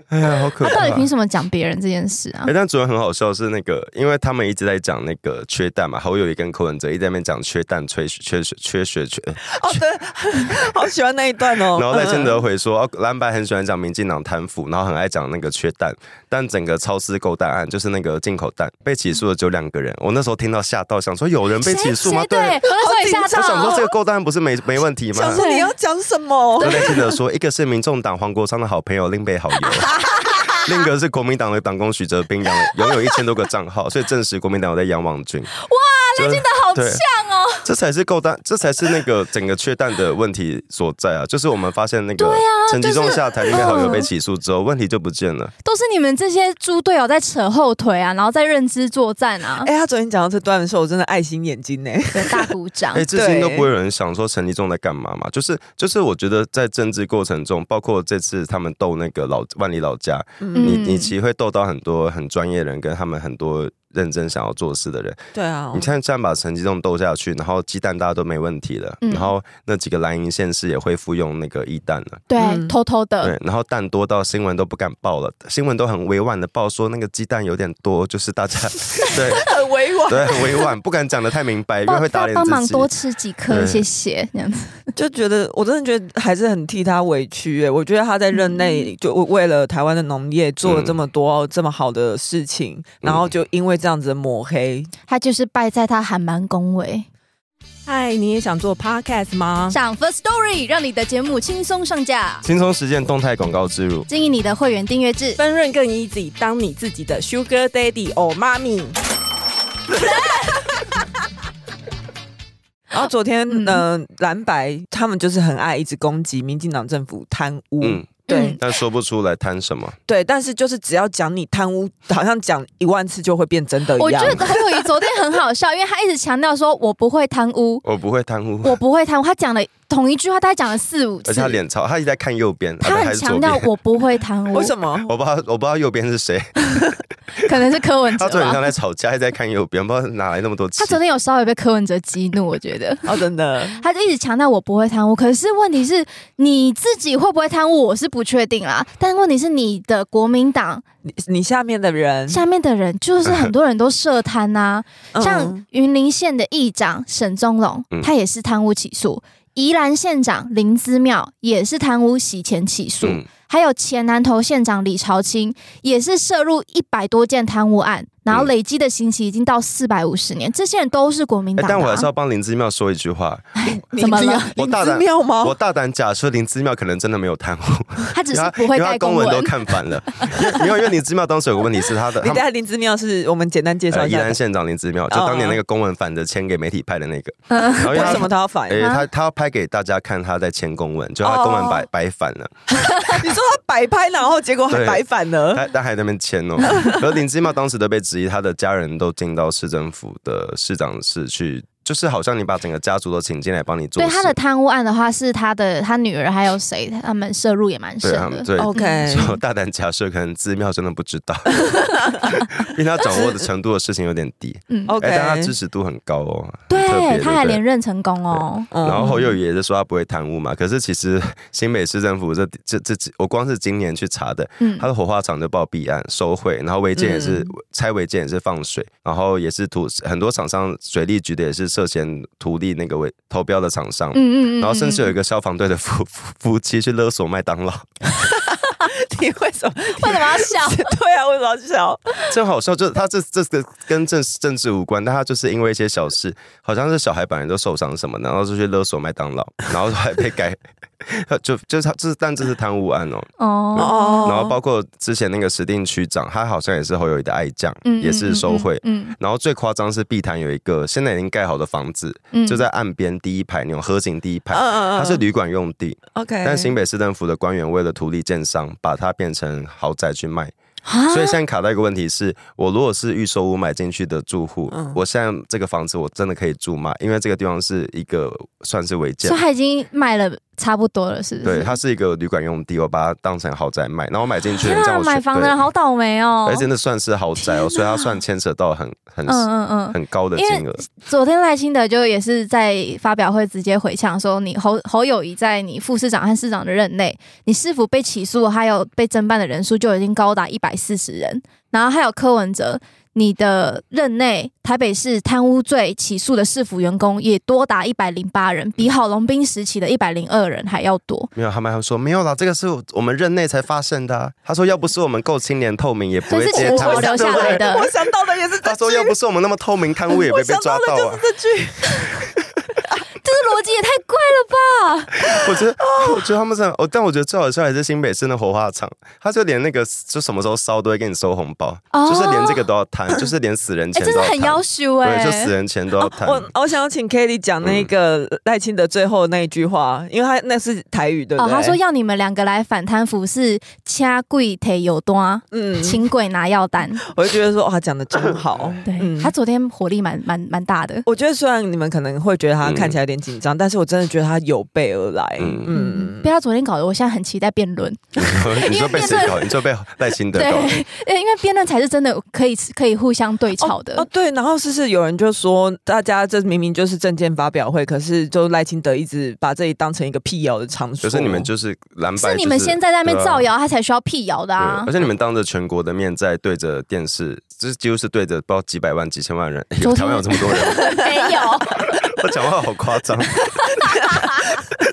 Speaker 4: 哎呀，好可
Speaker 3: 他
Speaker 4: 怕
Speaker 3: 到底
Speaker 4: 啊。
Speaker 3: 凭什么讲别人这件事啊
Speaker 4: 哎、？但主任很好笑，是那个，因为他们一直在讲那个缺蛋嘛，侯友谊跟柯文哲一直在那边讲缺蛋、缺血、缺血、缺血、缺。
Speaker 2: 哦，对，好喜欢那一段哦。
Speaker 4: 然后赖清
Speaker 2: 嗯
Speaker 4: 德回说，哦蓝白很喜欢讲民进党贪腐，然后很爱讲那个缺蛋，但整个超市购蛋案就是那个进口蛋被起诉的只有两个人，我那时候听到吓到，想说有人被起诉吗
Speaker 3: 谁？对，我那时候也吓
Speaker 4: 我想
Speaker 3: 到
Speaker 4: 说这。个购蛋案不是没没问题吗？
Speaker 2: 想说你要讲什么？
Speaker 3: 啊
Speaker 4: 就赖清德说，一个是民众党黄国昌的好朋友另北好友， 另一个是国民党的党工许哲斌，养拥有一千多个账号，所以证实国民党有在养网军。哇，赖清德
Speaker 3: 好
Speaker 4: 对
Speaker 3: 呛哦！
Speaker 4: 这才是够蛋，这才是那个整个缺蛋的问题所在啊！就是我嗯们发现那个陈吉仲下台，应该好友被起诉之后，问题就不见了。
Speaker 3: 都是你们这些猪队友在扯后腿啊，然后在认知作战啊，
Speaker 2: 哎、他昨天讲到这段的时候，我真的爱心眼睛呢、
Speaker 3: 对大鼓掌
Speaker 4: 哎、。至今都
Speaker 2: 对
Speaker 4: 不会有人想说陈吉仲在干嘛嘛？就是就是，我觉得在政治过程中，包括这次他们斗那个老万里老家，
Speaker 3: 嗯
Speaker 4: 你你其实会斗到很多很专业的人，跟他们很多认真想要做事的人。
Speaker 2: 对啊
Speaker 3: 哦
Speaker 4: 你，看，这样把陈吉仲斗下去，然后鸡蛋大家都没问题了，
Speaker 3: 嗯
Speaker 4: 然后那几个蓝营县市也恢复用那个一蛋了。
Speaker 3: 对，
Speaker 2: 嗯
Speaker 3: 偷偷的
Speaker 4: 对，然后蛋多到新闻都不敢报了，新闻都很委婉的报说那个鸡蛋有点多，就是大家 对
Speaker 2: 很委婉，
Speaker 4: 对很委婉，不敢讲的太明白，因为
Speaker 3: 帮
Speaker 4: 会打脸
Speaker 3: 帮忙
Speaker 4: 自己。
Speaker 3: 多吃几颗，
Speaker 4: 对
Speaker 3: 谢谢。这样子，
Speaker 2: 就觉得我真的觉得还是很替他委屈耶、我觉得他在任内就为了台湾的农业做了这么多、这么好的事情，然后就因为这样子的抹黑。
Speaker 3: 他就是败在他还蛮恭维。
Speaker 2: 嗨，你也想做 podcast 吗？
Speaker 3: 上 First Story 让你的节目轻松上架，
Speaker 4: 轻松实践动态广告植入，
Speaker 3: 经营你的会员订阅制。
Speaker 2: 分润更 easy，当你自己的 sugar daddy 或妈咪。 然后昨天
Speaker 3: 嗯
Speaker 2: 呢，蓝白他们就是很爱一直攻击民进党政府贪污，
Speaker 4: 嗯，
Speaker 2: 对
Speaker 4: 但说不出来贪什么。
Speaker 2: 对，但是就是只要讲你贪污，好像讲一万次就会变真
Speaker 4: 呃
Speaker 2: 的一
Speaker 3: 我觉
Speaker 2: 样。
Speaker 3: 得侯友谊昨天很好笑，因为他一直强调说我不会贪 污，
Speaker 4: 我不会贪污，
Speaker 3: 我不会贪污。他讲了同一句话，大概讲了四五
Speaker 4: 而
Speaker 3: 次
Speaker 4: 且。他脸超，他一直在看右边，
Speaker 3: 他
Speaker 4: 啊对还
Speaker 3: 很
Speaker 4: 是左
Speaker 3: 强
Speaker 4: 边
Speaker 3: 调。我不会贪 污
Speaker 2: 为，什么？
Speaker 4: 我不知道，我不知道右边是 谁。
Speaker 3: 可能是柯文
Speaker 4: 他
Speaker 3: 哲
Speaker 4: 昨天像
Speaker 3: 吧。
Speaker 4: 在吵架，一直在看右边，不知道哪来那么多气
Speaker 3: 他。昨天有稍微被柯文哲激怒，我觉得。
Speaker 2: 哦，真的，
Speaker 3: 他就一直强调我不会贪污，可是问题是你自己会不会贪污，我是不确定啦。但问题是你的国民党
Speaker 2: 你你下面的人，
Speaker 3: 下面的人，就是很多人都涉贪啊呐、
Speaker 2: 嗯
Speaker 3: 像云林县的议长沈宗龙
Speaker 4: 嗯，
Speaker 3: 他也是贪污起诉；宜兰县长林资妙也是贪污洗钱起诉，
Speaker 4: 嗯
Speaker 3: 还有前南投县长李朝清也是涉入一百多件贪污案。然后
Speaker 4: 嗯
Speaker 3: 累积的刑期已经到四百五十年，这些人都是国民
Speaker 4: 哎
Speaker 3: 党、的啊哎
Speaker 4: 但我还是要帮林之妙说一句话，
Speaker 3: 怎么了？
Speaker 4: 我大
Speaker 2: 寺
Speaker 4: 胆
Speaker 2: 庙吗？
Speaker 4: 我大胆假设林之妙可能真的没有贪污，
Speaker 3: 他哦只
Speaker 4: 因
Speaker 3: 是
Speaker 4: 为他
Speaker 3: 不会
Speaker 4: 因为
Speaker 3: 带
Speaker 4: 他公
Speaker 3: 文
Speaker 4: 文都看反了。因为没有，因为林之妙当时有个问题是他 的，
Speaker 2: 你
Speaker 4: 他
Speaker 2: 等下林之妙是我们简单介绍
Speaker 4: 呃
Speaker 2: 一
Speaker 4: 宜
Speaker 2: 下
Speaker 4: 兰，县长林之妙，就
Speaker 2: 哦
Speaker 4: 当年那个公文反着签给媒体派的那个，
Speaker 3: 嗯
Speaker 4: 然后因
Speaker 2: 为什么他
Speaker 4: 他。
Speaker 2: 要反？
Speaker 4: 哎、
Speaker 2: 你
Speaker 4: 他他要拍给大家看他在签公文，就他公文白、
Speaker 2: 哦
Speaker 4: 白反了，
Speaker 2: 说他摆拍，然后结果还
Speaker 4: 对哎
Speaker 2: 摆反了。
Speaker 4: 他他还在那边签 哦。然后林之妙当时都被质疑，他的家人都进到市政府的市长室去，就是好像你把整个家族都请进来帮你做
Speaker 3: 对
Speaker 4: 事。
Speaker 3: 他的贪污案的话，是他的他女儿还有谁，他们涉入也蛮深
Speaker 4: 对他们
Speaker 3: 的。
Speaker 4: 对
Speaker 2: OK，
Speaker 3: 嗯
Speaker 4: 所以我大胆假设，可能资妙真的不知 道，因为他掌握的程度的事情有点 低。
Speaker 3: 嗯
Speaker 2: OK
Speaker 4: 哎，但他支持度很高哦，很特别
Speaker 3: 对，
Speaker 4: 不
Speaker 3: 他还连任成功哦。
Speaker 2: 嗯
Speaker 4: 然后侯友宜也是说他不会贪污
Speaker 3: 嗯
Speaker 4: 嘛，可是其 实新北市政府这这这这，我光是今年去查的，
Speaker 3: 嗯
Speaker 4: 他，的火化场就报弊案收贿，然后违建也是、
Speaker 2: 嗯
Speaker 4: 拆违建也是放水，然后也是土很多厂商水利局的也是涉嫌图利那个违投标的厂商，
Speaker 3: 嗯
Speaker 4: 然后甚至有一个消防队的夫夫夫妻去勒索麦当劳，
Speaker 2: 你为什么？
Speaker 3: 为什么要 笑？
Speaker 2: 对啊，为什么要笑？
Speaker 4: 真好笑，就是他这这个跟政政治无关，但他就是因为一些小事，好像是小孩本人都受伤什么，然后就去勒索麦当劳，然后还被改， 就就是他这是但这是贪污案哦，
Speaker 3: 哦，
Speaker 2: 哦
Speaker 4: 然后包括之前那个石定区长，他好像也是侯友谊的爱将，也是收贿。
Speaker 3: 嗯
Speaker 4: 然后最夸张是碧潭有一个现在已经盖好的房子，
Speaker 3: 嗯
Speaker 4: 就在岸边第一排那种河景第一排，
Speaker 2: 嗯
Speaker 4: 它是旅馆用地，
Speaker 2: OK，
Speaker 3: 哎
Speaker 4: 但新北市政府的官员为了图利建商，把它变成豪宅去卖，
Speaker 3: 啊
Speaker 4: 所以现在卡到一个问题是，我如果是预售屋买进去的住户，
Speaker 2: 嗯
Speaker 4: 我现在这个房子我真的可以住吗？因为这个地方是一个算是违建
Speaker 3: 所以，他已经卖了差不多了，是不是？
Speaker 4: 对，它是一个旅馆用地，我把它当成豪宅卖，然后我买进去，
Speaker 3: 天
Speaker 4: 这样
Speaker 3: 啊，
Speaker 4: 我
Speaker 3: 买
Speaker 4: 全
Speaker 3: 房的
Speaker 4: 对
Speaker 3: 人好倒霉哦
Speaker 4: 而。且那算是豪宅哦，所以它算牵扯到很很、
Speaker 3: 嗯嗯嗯，
Speaker 4: 很高的
Speaker 3: 因为
Speaker 4: 金额。
Speaker 3: 昨天赖清德就也是在发表会直接回呛说，你侯侯友谊在你副市长和市长的任内，你是否被起诉，还有被侦办的人数就已经高达一百四十人。然后还有柯文哲，你的任内台北市贪污罪起诉的市府员工也多达一百零八人，比郝龙斌时期的一百零二人还要多。
Speaker 4: 没有，他们还说没有啦，这个是我们任内才发生的啊、他说，要不是我们够清廉透明，也不会
Speaker 3: 所以是
Speaker 4: 接
Speaker 3: 我
Speaker 4: 贪污
Speaker 3: 我留下来的
Speaker 2: 我想到的也是这
Speaker 4: 他说，
Speaker 2: 句，
Speaker 4: 要不是我们那么透明，贪污也
Speaker 2: 我
Speaker 4: 会被
Speaker 2: 想
Speaker 4: 抓
Speaker 2: 到的
Speaker 4: 到
Speaker 2: 就
Speaker 4: 啊
Speaker 2: 是。这句。
Speaker 3: 这个逻辑也太怪了吧！
Speaker 4: 我觉得，我觉得他们真的，哦，但我觉得最好笑还是新北市那火化场，他就连那个就什么时候烧都会给你收红包，
Speaker 3: 哦
Speaker 4: 就是连这个都要 贪，就是连死人
Speaker 3: 哎、
Speaker 4: 钱
Speaker 3: 真
Speaker 4: 都
Speaker 3: 的
Speaker 4: 要
Speaker 3: 很
Speaker 4: 贪，
Speaker 3: 要求哎、
Speaker 4: 对，就死人钱都要贪。
Speaker 2: 哦我我想要请 k a t i e 讲那个赖清德最后那一句话，因为他那是台语，对不
Speaker 3: 哦，
Speaker 2: 对？
Speaker 3: 他说，要你们两个来反贪腐是掐贵腿有端，
Speaker 2: 嗯，
Speaker 3: 请鬼拿药单。
Speaker 2: 我就觉得说，哇，讲的真好。
Speaker 3: 对、
Speaker 2: 嗯
Speaker 3: 他昨天火力蛮蛮蛮大的。
Speaker 2: 我觉得虽然你们可能会觉得他看起来有点紧张，但是我真的觉得他有备而来。
Speaker 4: 嗯
Speaker 2: 嗯，
Speaker 3: 被他昨天搞得，我现在很期待辩论。
Speaker 4: 你说被谁搞？你说被赖清德
Speaker 3: 对，
Speaker 4: 搞？
Speaker 3: 因为辩论才是真的可以可以互相对吵的。
Speaker 2: 哦，对，然后是是有人就说，大家这明明就是证件发表会，可是就赖清德一直把这里当成一个辟谣的场所。
Speaker 4: 就是你们就是蓝白、
Speaker 3: 是你们
Speaker 2: 哦
Speaker 3: 先在那边造谣，啊他才需要辟谣的
Speaker 4: 对
Speaker 3: 啊
Speaker 4: 而。且你们当着全国的面在对着电视，就是几乎是对着不知道几百万、几千万人，哎
Speaker 3: 昨天
Speaker 4: 台湾有这么多人，
Speaker 3: 没有，
Speaker 4: 我讲话好夸张。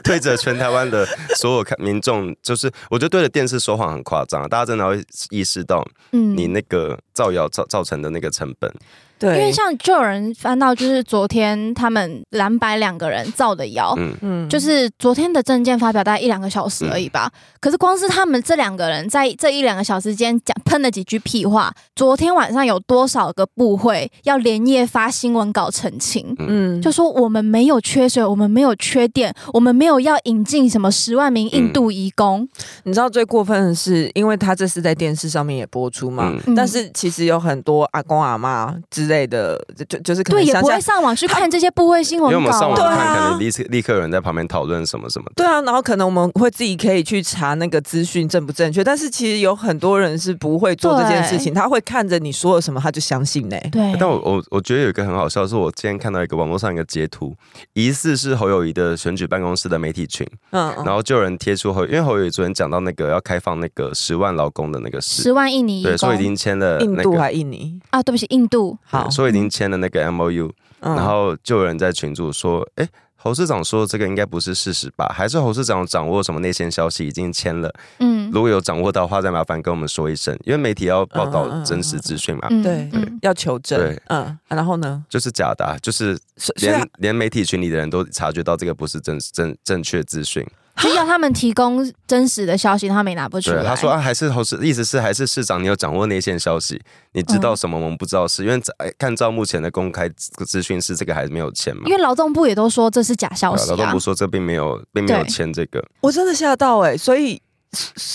Speaker 4: 对着全台湾的所有看民众，就是我觉得对着电视说谎很夸张，啊大家真的会意识到
Speaker 3: 嗯，
Speaker 4: 你那个造谣造造成的那个成本。
Speaker 2: 对，
Speaker 3: 因为像就有人翻到，就是昨天他们蓝白两个人造的谣，
Speaker 4: 嗯，
Speaker 2: 嗯
Speaker 3: 就是昨天的证件发表大概一两个小时而已吧。可是光是他们这两个人在这一两个小时间讲喷了几句屁话，昨天晚上有多少个部会要连夜发新闻稿澄清？
Speaker 2: 嗯
Speaker 3: 就说我们没有缺水，我们没有缺电，我们没有要引进什么十万名印度移工。
Speaker 4: 嗯
Speaker 2: 你知道最过分的是，因为他这是在电视上面也播出嘛，
Speaker 4: 嗯
Speaker 3: 嗯
Speaker 2: 但是其实有很多阿公阿妈之类的，就就就是可
Speaker 3: 对，
Speaker 2: 能
Speaker 3: 也
Speaker 2: 乡
Speaker 3: 不
Speaker 2: 下
Speaker 3: 会上网去看这些部会新
Speaker 4: 因为我
Speaker 3: 闻
Speaker 4: 们上
Speaker 3: 稿、
Speaker 4: 网
Speaker 2: 对
Speaker 3: 啊。
Speaker 4: 看，
Speaker 2: 啊
Speaker 4: 可能立刻立刻有人在旁边讨论什么什么的。
Speaker 2: 对啊，然后可能我们会自己可以去查那个资讯正不正确，但是其实有很多人是不会做这件事情，他会看着你说了什么他就相信呢、
Speaker 3: 对，
Speaker 4: 但我我我觉得有一个很好笑，是我今天看到一个网络上一个截图，疑似是侯友谊的选举办公室的媒体群，
Speaker 2: 嗯
Speaker 4: 然
Speaker 2: 嗯，
Speaker 4: 后就有人贴出侯，因为侯友谊昨天讲到那个要开放那个十万劳工的那个事，
Speaker 3: 十万印尼移
Speaker 4: 对，所以已
Speaker 3: 工
Speaker 4: 经签了
Speaker 2: 印
Speaker 4: 呃那
Speaker 2: 度
Speaker 4: 个，嗯
Speaker 2: 还印尼，
Speaker 3: 啊，对不起，印度。
Speaker 2: 好
Speaker 4: 对，所以已经签了那个 M O U，
Speaker 2: 嗯
Speaker 4: 然后就有人在群组说：“哎，侯市长说这个应该不是事实吧？还是侯市长掌握什么内线消息已经签了？
Speaker 3: 嗯
Speaker 4: 如果有掌握到的话，再麻烦跟我们说一声，因为媒体要报
Speaker 2: 嗯嗯
Speaker 4: 道
Speaker 2: 嗯
Speaker 4: 真实资讯嘛，
Speaker 3: 嗯
Speaker 2: 对
Speaker 3: 嗯
Speaker 2: 要求证，
Speaker 4: 对
Speaker 2: 嗯，啊然后呢，
Speaker 4: 就是假的啊、就是
Speaker 2: 所所以
Speaker 3: 啊
Speaker 4: 连连媒体群里的人都察觉到这个不是正正正确资讯。
Speaker 3: 就要他们提供真实的哎消息，他们也拿不出
Speaker 4: 对
Speaker 3: 来。，
Speaker 4: 他说啊，还是侯市，意思是还是市长你有掌握内线消息，你知道
Speaker 3: 嗯
Speaker 4: 什么我们不知道是，因为哎看照目前的公开资资讯是这个还没有签嘛
Speaker 3: 因。”为劳动部也都说这是假消
Speaker 4: 对啊
Speaker 3: 息
Speaker 4: 劳动
Speaker 3: 啊
Speaker 4: 部，说这并没有，并没有
Speaker 3: 对
Speaker 4: 签这个，
Speaker 2: 我真的吓到哎、所以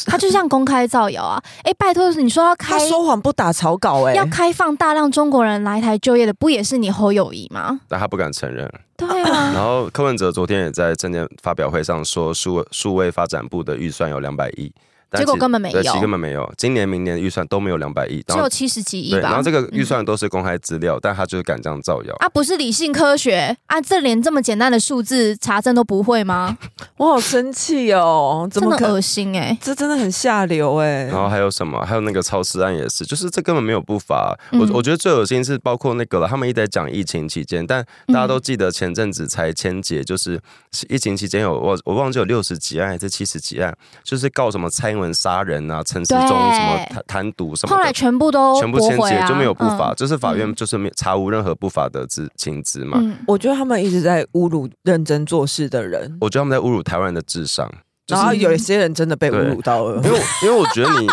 Speaker 3: 他就像公开造谣啊！ 哎，拜托，你说要开
Speaker 2: 他说谎不打草稿哎、
Speaker 3: 要开放大量中国人来台就业的，不也是你侯友谊吗？
Speaker 4: 但他不敢承认。
Speaker 3: 对啊，
Speaker 4: 然后柯文哲昨天也在证件发表会上说，数数位发展部的预算有两百亿，但
Speaker 3: 结果
Speaker 4: 其
Speaker 3: 根本没
Speaker 4: 对其实
Speaker 3: 有
Speaker 4: 根本没有，今年、明年预算都没有两百亿，
Speaker 3: 只
Speaker 4: 然后
Speaker 3: 有七十几亿
Speaker 4: 对，然
Speaker 3: 吧嗯
Speaker 4: 后。这个预算都是公开资料，但他就是敢这样造谣。
Speaker 3: 啊，不是理性科学啊！这连这么简单的数字查证都不 会吗？
Speaker 2: 我好生气哦，怎
Speaker 3: 真
Speaker 2: 么
Speaker 3: 的
Speaker 2: 可
Speaker 3: 恶心哎、
Speaker 2: 这真的很下流哎、
Speaker 4: 然后还有什么？还有那个超市案也是，就是这根本没有不法。
Speaker 3: 嗯
Speaker 4: 我我觉得最恶心是包括那个了，他们一直在讲疫情期间，但
Speaker 3: 嗯
Speaker 4: 大家都记得前阵子才签结，就是疫情期间有我我忘记有六十几案还是七十几案，就是告什么蔡英文杀人啊、陈时中
Speaker 3: 对
Speaker 4: 什么贪贪渎什么
Speaker 3: 后
Speaker 4: 的。
Speaker 3: 来全部都
Speaker 4: 全部
Speaker 3: 驳
Speaker 4: 签
Speaker 3: 回
Speaker 4: 结
Speaker 3: 啊，
Speaker 4: 就没有不法，
Speaker 3: 嗯
Speaker 4: 就是法院
Speaker 3: 嗯
Speaker 4: 就是没有查无任何不法的资情资嘛。
Speaker 3: 嗯，
Speaker 2: 我觉得他们一直在侮辱认真做事的人，
Speaker 4: 我觉得他们在侮辱台湾人的智商，
Speaker 2: 然后有一些人真的被侮
Speaker 4: 对
Speaker 2: 辱到了
Speaker 4: 因为。我因为我觉 得你，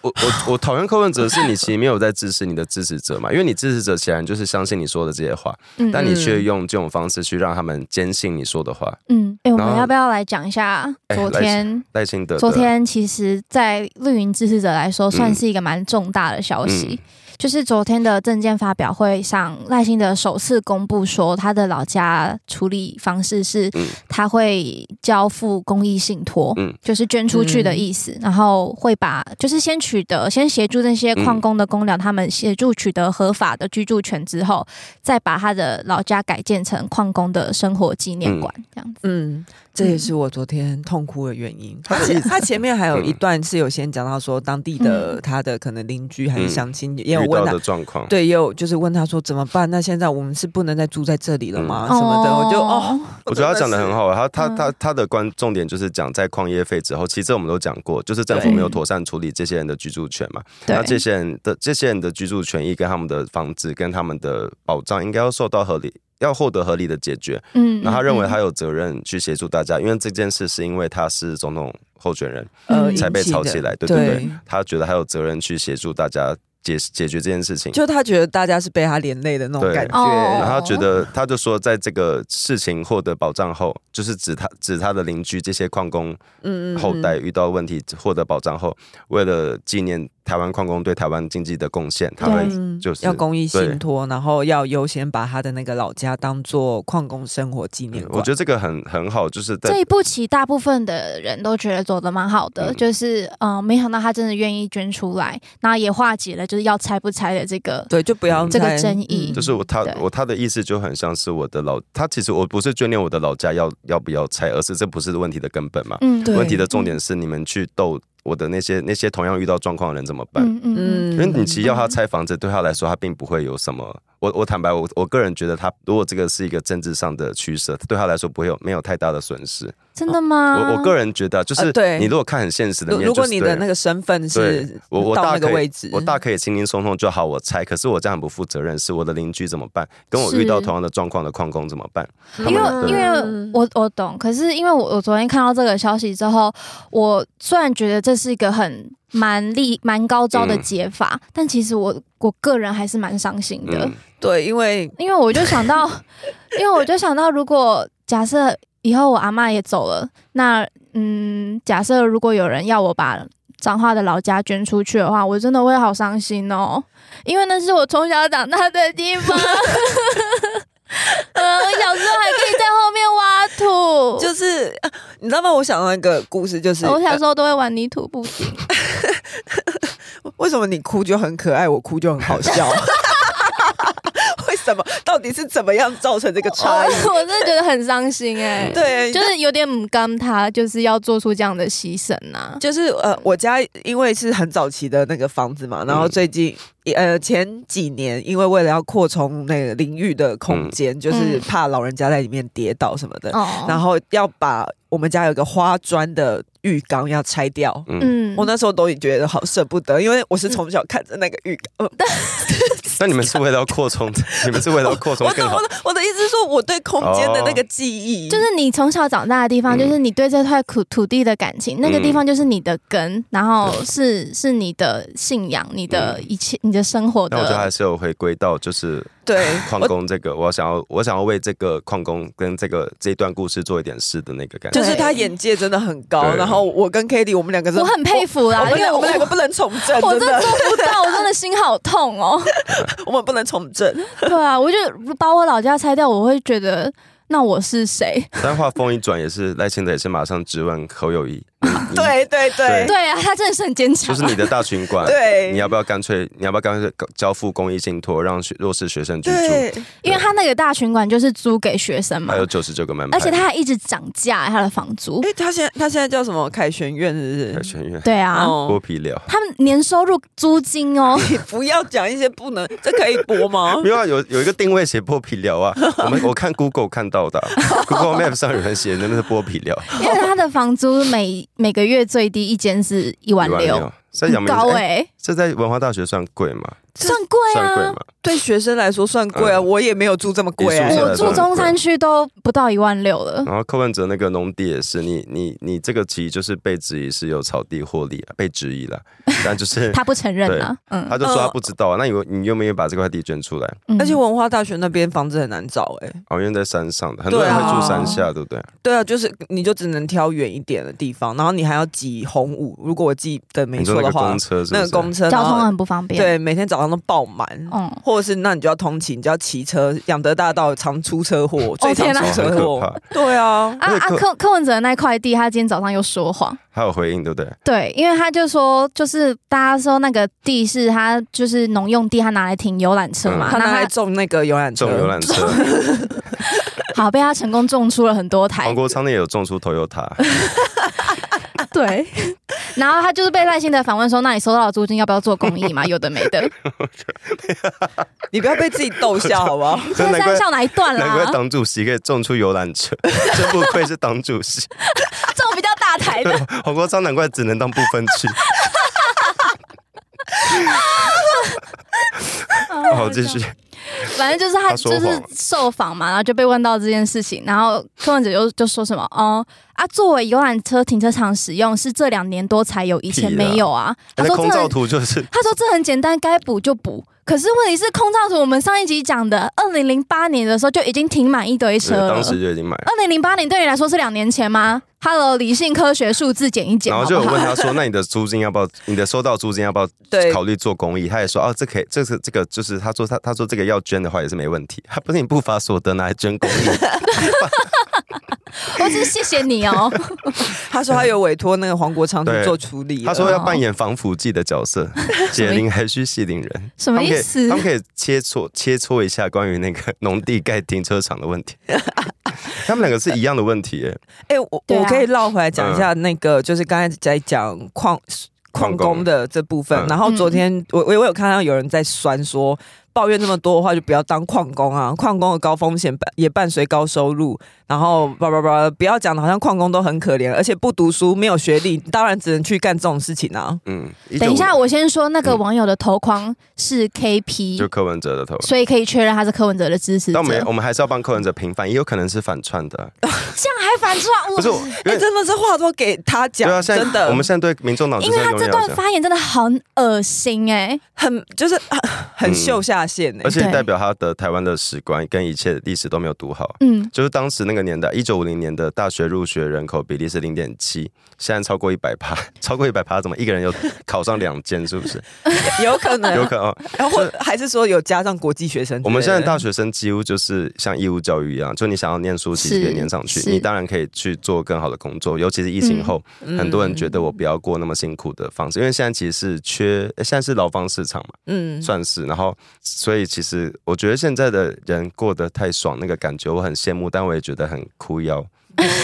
Speaker 4: 我我我讨厌柯文哲是你其实没有在支持你的支持者嘛，因为你支持者显然就是相信你说的这些话，
Speaker 3: 嗯
Speaker 4: 但你却
Speaker 2: 嗯
Speaker 4: 用这种方式去让他们坚信你说的话。
Speaker 3: 嗯，哎、我
Speaker 4: 然
Speaker 3: 们
Speaker 4: 后
Speaker 3: 要不要来讲一下
Speaker 4: 哎
Speaker 3: 昨
Speaker 4: 来
Speaker 3: 天？
Speaker 4: 赖清德的
Speaker 3: 昨天其实，在绿营支持者来说，算是一个蛮重大的消息。
Speaker 4: 嗯
Speaker 3: 就是昨天的证件发表会上，赖幸德首次公布说，他的老家处理方式是
Speaker 4: 嗯
Speaker 3: 他会交付公益信托，
Speaker 4: 嗯
Speaker 3: 就是捐出
Speaker 2: 嗯
Speaker 3: 去的意思，然后会把就是先取得，先协助那些
Speaker 4: 嗯
Speaker 3: 矿工的工寮，他们协助取得合法的居住权之后，再把他的老家改建成矿工的生活纪念馆，这样子。
Speaker 2: 嗯，这也是我昨天痛哭的原因。
Speaker 4: 他嗯
Speaker 2: 而
Speaker 4: 的
Speaker 2: 且
Speaker 4: 意思
Speaker 2: 他前面还有一段是有先讲到说，当地的
Speaker 3: 嗯
Speaker 2: 他的可能邻居还是乡亲也有
Speaker 4: 嗯遇
Speaker 2: 问啊他
Speaker 4: 到的，状况，
Speaker 2: 对，也有就是问他说怎么办？那现在我们是不能再住在这里了吗？啊什么的，我就哦，
Speaker 4: 嗯我觉得他讲的
Speaker 2: 真
Speaker 4: 很
Speaker 2: 是。
Speaker 4: 好啊，他他
Speaker 3: 嗯
Speaker 4: 他他的关重点就是讲在矿业费之后，其实这我们都讲过，就是政府
Speaker 3: 对
Speaker 4: 没有妥善处理这些人的居住权嘛。
Speaker 3: 对
Speaker 4: 那这些人的这些人的居住权益跟他们的房子跟他们的保障，应该要受到合理，要获得合理的解决。
Speaker 3: 嗯
Speaker 4: 那他认为他
Speaker 3: 有
Speaker 4: 有责任去协助大家，因为这件事是因为他是总统候选人，
Speaker 2: 呃，
Speaker 3: 嗯
Speaker 4: 才被
Speaker 2: 引起
Speaker 4: 炒
Speaker 2: 的
Speaker 4: 起来对
Speaker 2: 对
Speaker 4: 对对他觉得他有责任去协助大家解解决这件事情。
Speaker 2: 就他觉得大家是被他连累的那种
Speaker 4: 对
Speaker 2: 感觉。
Speaker 3: 哦
Speaker 4: 然后他觉得，他就说，在这个事情获得保障后，就是指他指他的邻居这些矿工
Speaker 2: 嗯
Speaker 4: 后代遇到问题获得保障后，为了纪念台湾矿工对台湾经济的贡献，他们
Speaker 2: 嗯
Speaker 4: 就是
Speaker 2: 要公益
Speaker 4: 对
Speaker 2: 信托，然后要优先把他的那个老家当做矿工生活纪念
Speaker 4: 我
Speaker 2: 馆
Speaker 4: 觉。得这个很很好，就是在
Speaker 3: 这一步棋，大部分的人都觉得做的蛮好的，
Speaker 4: 嗯
Speaker 3: 就是嗯、呃没想到他真的愿意捐出来，那也化解了就是要拆不拆的这个。
Speaker 2: 对，就不要
Speaker 3: 这个
Speaker 2: 再
Speaker 3: 争议
Speaker 2: 嗯
Speaker 4: 就是我他
Speaker 3: 对
Speaker 4: 我他的意思就很像是我的老他其实我不是眷恋我的老家要要不要拆，而是这不是问题的根本嘛。
Speaker 3: 嗯，
Speaker 2: 对
Speaker 4: 问题的重点是你们去斗我的那些那些同样遇到状况的人怎么办？
Speaker 3: 嗯嗯嗯，
Speaker 4: 因为你其实要他拆房子，对他来说他并不会有什么。我我坦白，我我个人觉得他如果这个是一个政治上的取舍，对他来说不会有没有太大的损失。
Speaker 3: 真的吗？
Speaker 4: 我我个人觉得，就
Speaker 2: 嗯
Speaker 4: 是
Speaker 2: 呃对
Speaker 4: 你如果看很现实的
Speaker 2: 如
Speaker 4: 面，
Speaker 2: 如果
Speaker 4: 就是
Speaker 2: 你
Speaker 4: 对
Speaker 2: 的那个身份
Speaker 4: 对
Speaker 2: 是
Speaker 4: 我我
Speaker 2: 到
Speaker 4: 大
Speaker 2: 那个
Speaker 4: 可以
Speaker 2: 位置，嗯
Speaker 4: 我大可以轻轻松松就好，我猜。可是我这样很不负责任，是我的邻居怎么办？跟我遇到
Speaker 3: 是
Speaker 4: 同样的状况的矿工怎么办？
Speaker 2: 因
Speaker 4: 他
Speaker 3: 因
Speaker 4: 们对
Speaker 3: 为因
Speaker 2: 嗯
Speaker 3: 为我我懂，可是因为我我昨天看到这个消息之后，我虽然觉得这是一个很蛮厉蛮高招
Speaker 4: 嗯
Speaker 3: 的解法，但其实我我个人还是蛮伤心 的，
Speaker 4: 嗯，
Speaker 2: 对，因为
Speaker 3: 因为我就想到， 因为我就想到，如果假设以后我阿嬷也走了，那嗯，假设如果有人要我把彰化的老家捐出去的话，我真的会好伤心哦，因为那是我从小长大的地方。 呃，我小时候还可以在后面挖土，
Speaker 2: 就是 啊你知道吗？我想到一个故事，就是
Speaker 3: 我小时候都会玩泥土布丁，
Speaker 2: 呃为什么你哭就很可爱，我哭就很好笑？ 为什么？到底是怎么样造成这个嗯差 异？
Speaker 3: 哦我真的觉得很伤心哎、
Speaker 2: 对，
Speaker 3: 就是有点母刚他就是要做出这样的牺牲啊呐、
Speaker 2: 就是呃，
Speaker 3: 嗯
Speaker 2: 我家因为是很早期的那个房子嘛，然后最近、呃前几年，因为为了要扩充那个淋浴的空间，就是怕老人家在里面跌倒什么的，
Speaker 3: 嗯哦
Speaker 2: 然后要把我们家有个花砖的浴缸要拆掉。
Speaker 3: 嗯
Speaker 2: 我那时候都已经觉得好舍不得，因为我是从小看着那个浴缸，
Speaker 3: 嗯
Speaker 2: 呃
Speaker 4: 那你们是为了要扩充， 你们是为了要扩充
Speaker 2: 我的
Speaker 4: 更好
Speaker 2: 我。的 我的意思是说，我对空间的那个记忆，
Speaker 3: 就是你从小长大的地方，
Speaker 4: 嗯
Speaker 3: 就是你对这块土土地的感情，那个地方就是你的根，然后
Speaker 4: 对嗯
Speaker 3: 是是你的信仰，你的一切，你的生活
Speaker 4: 但我觉得还
Speaker 3: 的。
Speaker 4: 是有回归到就是
Speaker 2: 对
Speaker 4: 矿工这个，我想要我想要为这个矿工跟这个这一段故事做一点事的那个感觉
Speaker 2: 就。是他眼界真的很高，
Speaker 4: 对
Speaker 2: 然后我跟 k a t i e 我们两个真
Speaker 3: 我
Speaker 2: 的
Speaker 3: 很佩服啦，
Speaker 2: 我
Speaker 3: 因
Speaker 2: 们
Speaker 3: 为
Speaker 2: 两我
Speaker 3: 我
Speaker 2: 们两个不能从政，
Speaker 3: 我
Speaker 2: 真
Speaker 3: 真的
Speaker 2: 的，
Speaker 3: 做不 到，我真的心好痛哦。
Speaker 2: 我们不能从政。
Speaker 3: 对啊，我就把我老家拆掉，我会觉得那我是谁？
Speaker 4: 但话锋一转，也是赖清德也是马上质问侯友谊，你 你
Speaker 2: 对对对
Speaker 3: 对啊，他真的是很坚强
Speaker 4: 哎就。是你的大群馆，
Speaker 2: 对
Speaker 4: 你要不要干脆你要不要干脆交付公益信托，让学弱势学生居住？
Speaker 2: 对，
Speaker 3: 因为他那个大群馆就是租给学生嘛
Speaker 4: 还，有哎九十九个门牌，
Speaker 3: 而且他还一直涨价他的房租
Speaker 2: 因。为他现在他现在叫什么凯旋院是
Speaker 4: 还
Speaker 2: 不是？
Speaker 4: 全院
Speaker 3: 对啊，
Speaker 4: 剥
Speaker 2: 哦，
Speaker 4: 皮寮。
Speaker 3: 他们年收入租金哦，
Speaker 2: 你不要讲一些不能，这可以播吗？
Speaker 4: 没有啊，有有一个定位写剥皮寮 啊，我们我看 Google 看到的啊、g o o g l e Map 上有人写那是剥皮寮，
Speaker 3: 因为他的房租每每个月最低一间是一万六，，
Speaker 4: 啊在阳明
Speaker 3: 高
Speaker 4: 山
Speaker 3: 哎、
Speaker 4: 哎这在文化大学算贵吗？
Speaker 3: 算贵
Speaker 4: 算贵
Speaker 3: 啊
Speaker 4: 吗。？
Speaker 2: 对学生来说算贵啊，
Speaker 4: 嗯
Speaker 2: 我也没有住这么贵啊
Speaker 4: 你。
Speaker 3: 我住中山区都不到一万六了，
Speaker 4: 然后柯文哲那个农地也是，你你你这个其实就是被质疑是有草地获利、啊，被质疑了，但就是
Speaker 3: 他不承认啊，嗯，
Speaker 4: 他就说他不知道、啊，那你你愿不愿意把这块地捐出来？
Speaker 3: 嗯
Speaker 2: 而且文化大学那边房子很难找哎、
Speaker 4: 哦，因为在山上的，很多人
Speaker 2: 对
Speaker 4: 会
Speaker 2: 啊
Speaker 4: 住山下，对不对？
Speaker 2: 对啊，就是你就只能挑远一点的地方，然后你还要挤红五，如果我记得没
Speaker 4: 你说
Speaker 2: 错
Speaker 4: 那
Speaker 2: 的
Speaker 4: 个
Speaker 2: 话
Speaker 4: 公，车是不是
Speaker 2: 那个公车
Speaker 3: 交通
Speaker 2: 然后
Speaker 3: 很不方便，，
Speaker 2: 对，每天早上都爆满。
Speaker 3: 嗯，
Speaker 2: 或者是那你就要通勤，你就要骑车。养德大道常出车祸，最常
Speaker 3: 天哪
Speaker 2: 出
Speaker 4: 哦
Speaker 2: 车
Speaker 4: 很可
Speaker 2: 祸。
Speaker 4: 怕，
Speaker 2: 对啊，
Speaker 3: 啊
Speaker 4: 而且
Speaker 3: 啊
Speaker 4: 柯
Speaker 3: 柯柯文哲那块地，他今天早上又说谎，
Speaker 4: 他有回应，对不
Speaker 2: 嗯
Speaker 4: 对？
Speaker 3: 对，因为他就说，就是大家说那个地是他就是农用地，他拿来停游览车嘛，
Speaker 2: 他
Speaker 3: 那
Speaker 2: 拿来种那个游览车，
Speaker 4: 种游 览车，
Speaker 3: 好被他成功种出了很多 台
Speaker 4: 黄，国昌那也有种出 Toyota，
Speaker 3: 对， 然后他就是被耐心的反问说：“那你收到的租金要不要做公益嘛？”有的没的，
Speaker 2: 你不要被自己逗笑好不 好？
Speaker 3: 现在
Speaker 4: 难
Speaker 3: 在
Speaker 4: 怪
Speaker 3: 笑哪一段
Speaker 4: 难怪
Speaker 3: 啦？
Speaker 4: 党主席可以种出游览车， 真不愧是党主席。
Speaker 3: 这种比较大台 的，
Speaker 4: 黄国昌难怪只能当不分 区。
Speaker 2: 哦
Speaker 3: 嗯
Speaker 4: 好，继续。
Speaker 3: 反正就是他
Speaker 4: 他说
Speaker 3: 就
Speaker 4: 谎
Speaker 3: 是受访嘛，然后就被问到这件事情，然后柯文哲就就说什么：“哦啊，作为游览车停车场使用是这两年多才有，以前
Speaker 4: 屁啦
Speaker 3: 没有啊。”他
Speaker 4: 哎那
Speaker 3: 说：“
Speaker 4: 空
Speaker 3: 这
Speaker 4: 照
Speaker 3: 很
Speaker 4: 图就是
Speaker 3: 他说这很简单，该补就补。”可是问题是，空照图我们上一集讲的，二零零八年的时候就已经停满一堆车
Speaker 4: 对
Speaker 3: 了。
Speaker 4: 当时就已经买了。
Speaker 3: 二零零八年对你来说是两年前吗？Hello，理性科学数字减一减，
Speaker 4: 然后
Speaker 3: 好
Speaker 4: 就
Speaker 3: 不
Speaker 4: 有问
Speaker 3: 好？
Speaker 4: 他说：“那你的租金要不要？你的收到租金要不要
Speaker 2: 对
Speaker 4: 考虑做公益？”他也说：“哦，这可以，这是这个就是他说他他说这个要捐的话也是没问题，他不是你不法所得拿来捐公益，
Speaker 3: 我只是谢谢你 哦。
Speaker 2: 他说他有委托那个黄国昌去
Speaker 4: 对
Speaker 2: 做处理了。
Speaker 4: 他说要扮演防腐剂的角
Speaker 3: 哦
Speaker 4: 色，解铃还需系铃人。”
Speaker 3: 什么意思
Speaker 4: 他？们可以他们可以切磋切磋一下关于那个农地盖停车场的问 题，他们两个是一样的问题耶。
Speaker 2: 哎、我
Speaker 3: 对啊
Speaker 2: 我可以绕回来讲一下那个，就是刚才在讲矿矿
Speaker 4: 嗯矿工
Speaker 2: 工的这部分。
Speaker 4: 嗯
Speaker 2: 然后昨天我我我有看到有人在酸说。抱怨那么多的话，就不要当矿工啊！矿工的高风险伴也伴随高收入，然后叭叭叭，不要讲的好像矿工都很可怜，而且不读书、没有学历，当然只能去干这种事情啊。
Speaker 4: 嗯，
Speaker 3: 等一下，
Speaker 4: 1955
Speaker 3: 我先说那个网友的头框是
Speaker 4: 嗯就
Speaker 3: KP，
Speaker 4: 柯文哲的头。
Speaker 3: 所以可以确认他是柯文哲的支持者。
Speaker 4: 但我们我们还是要帮柯文哲平反，也有可能是反串的，
Speaker 3: 哦这样还反串，
Speaker 4: 不是我
Speaker 3: 我，
Speaker 4: 因
Speaker 2: 哎、
Speaker 4: 为
Speaker 2: 真的是话都给他讲，
Speaker 4: 对啊，现在
Speaker 2: 真的，
Speaker 4: 我们现在对民众党就
Speaker 3: 因
Speaker 4: 是
Speaker 3: 为
Speaker 4: 要
Speaker 3: 他
Speaker 4: 永
Speaker 3: 这
Speaker 4: 远要
Speaker 3: 段
Speaker 4: 这样，
Speaker 3: 发言真的很恶心哎、
Speaker 2: 很就是啊很
Speaker 4: 嗯
Speaker 2: 秀下限哎、
Speaker 4: 而且
Speaker 3: 对
Speaker 4: 代表他的台湾的史观跟一切历史都没有读好。
Speaker 3: 嗯，
Speaker 4: 就是当时那个年代，一九五零年的大学入学人口比例是零点七，现在超过一百趴， 超过一百趴，怎么一个人有考上两间？是不是？
Speaker 2: 欸有可能，啊
Speaker 4: 有可能。哦
Speaker 2: 然后或还是说有加上国际学生之类的。
Speaker 4: 我们现在大学生几乎就是像义务教育一样，就你想要念书，其实
Speaker 3: 是
Speaker 4: 可以念上去，
Speaker 3: 是嗯
Speaker 4: 你当然可以去做更好的工作。尤其是疫情后，很多人觉得我不要过那么辛苦的方式，因为现在其实是缺，诶现在是劳方市场嘛，
Speaker 2: 嗯，
Speaker 4: 算是。然后，所以其实我觉得现在的人过得太爽，那个感觉我很羡慕，但我也觉得很哭 腰。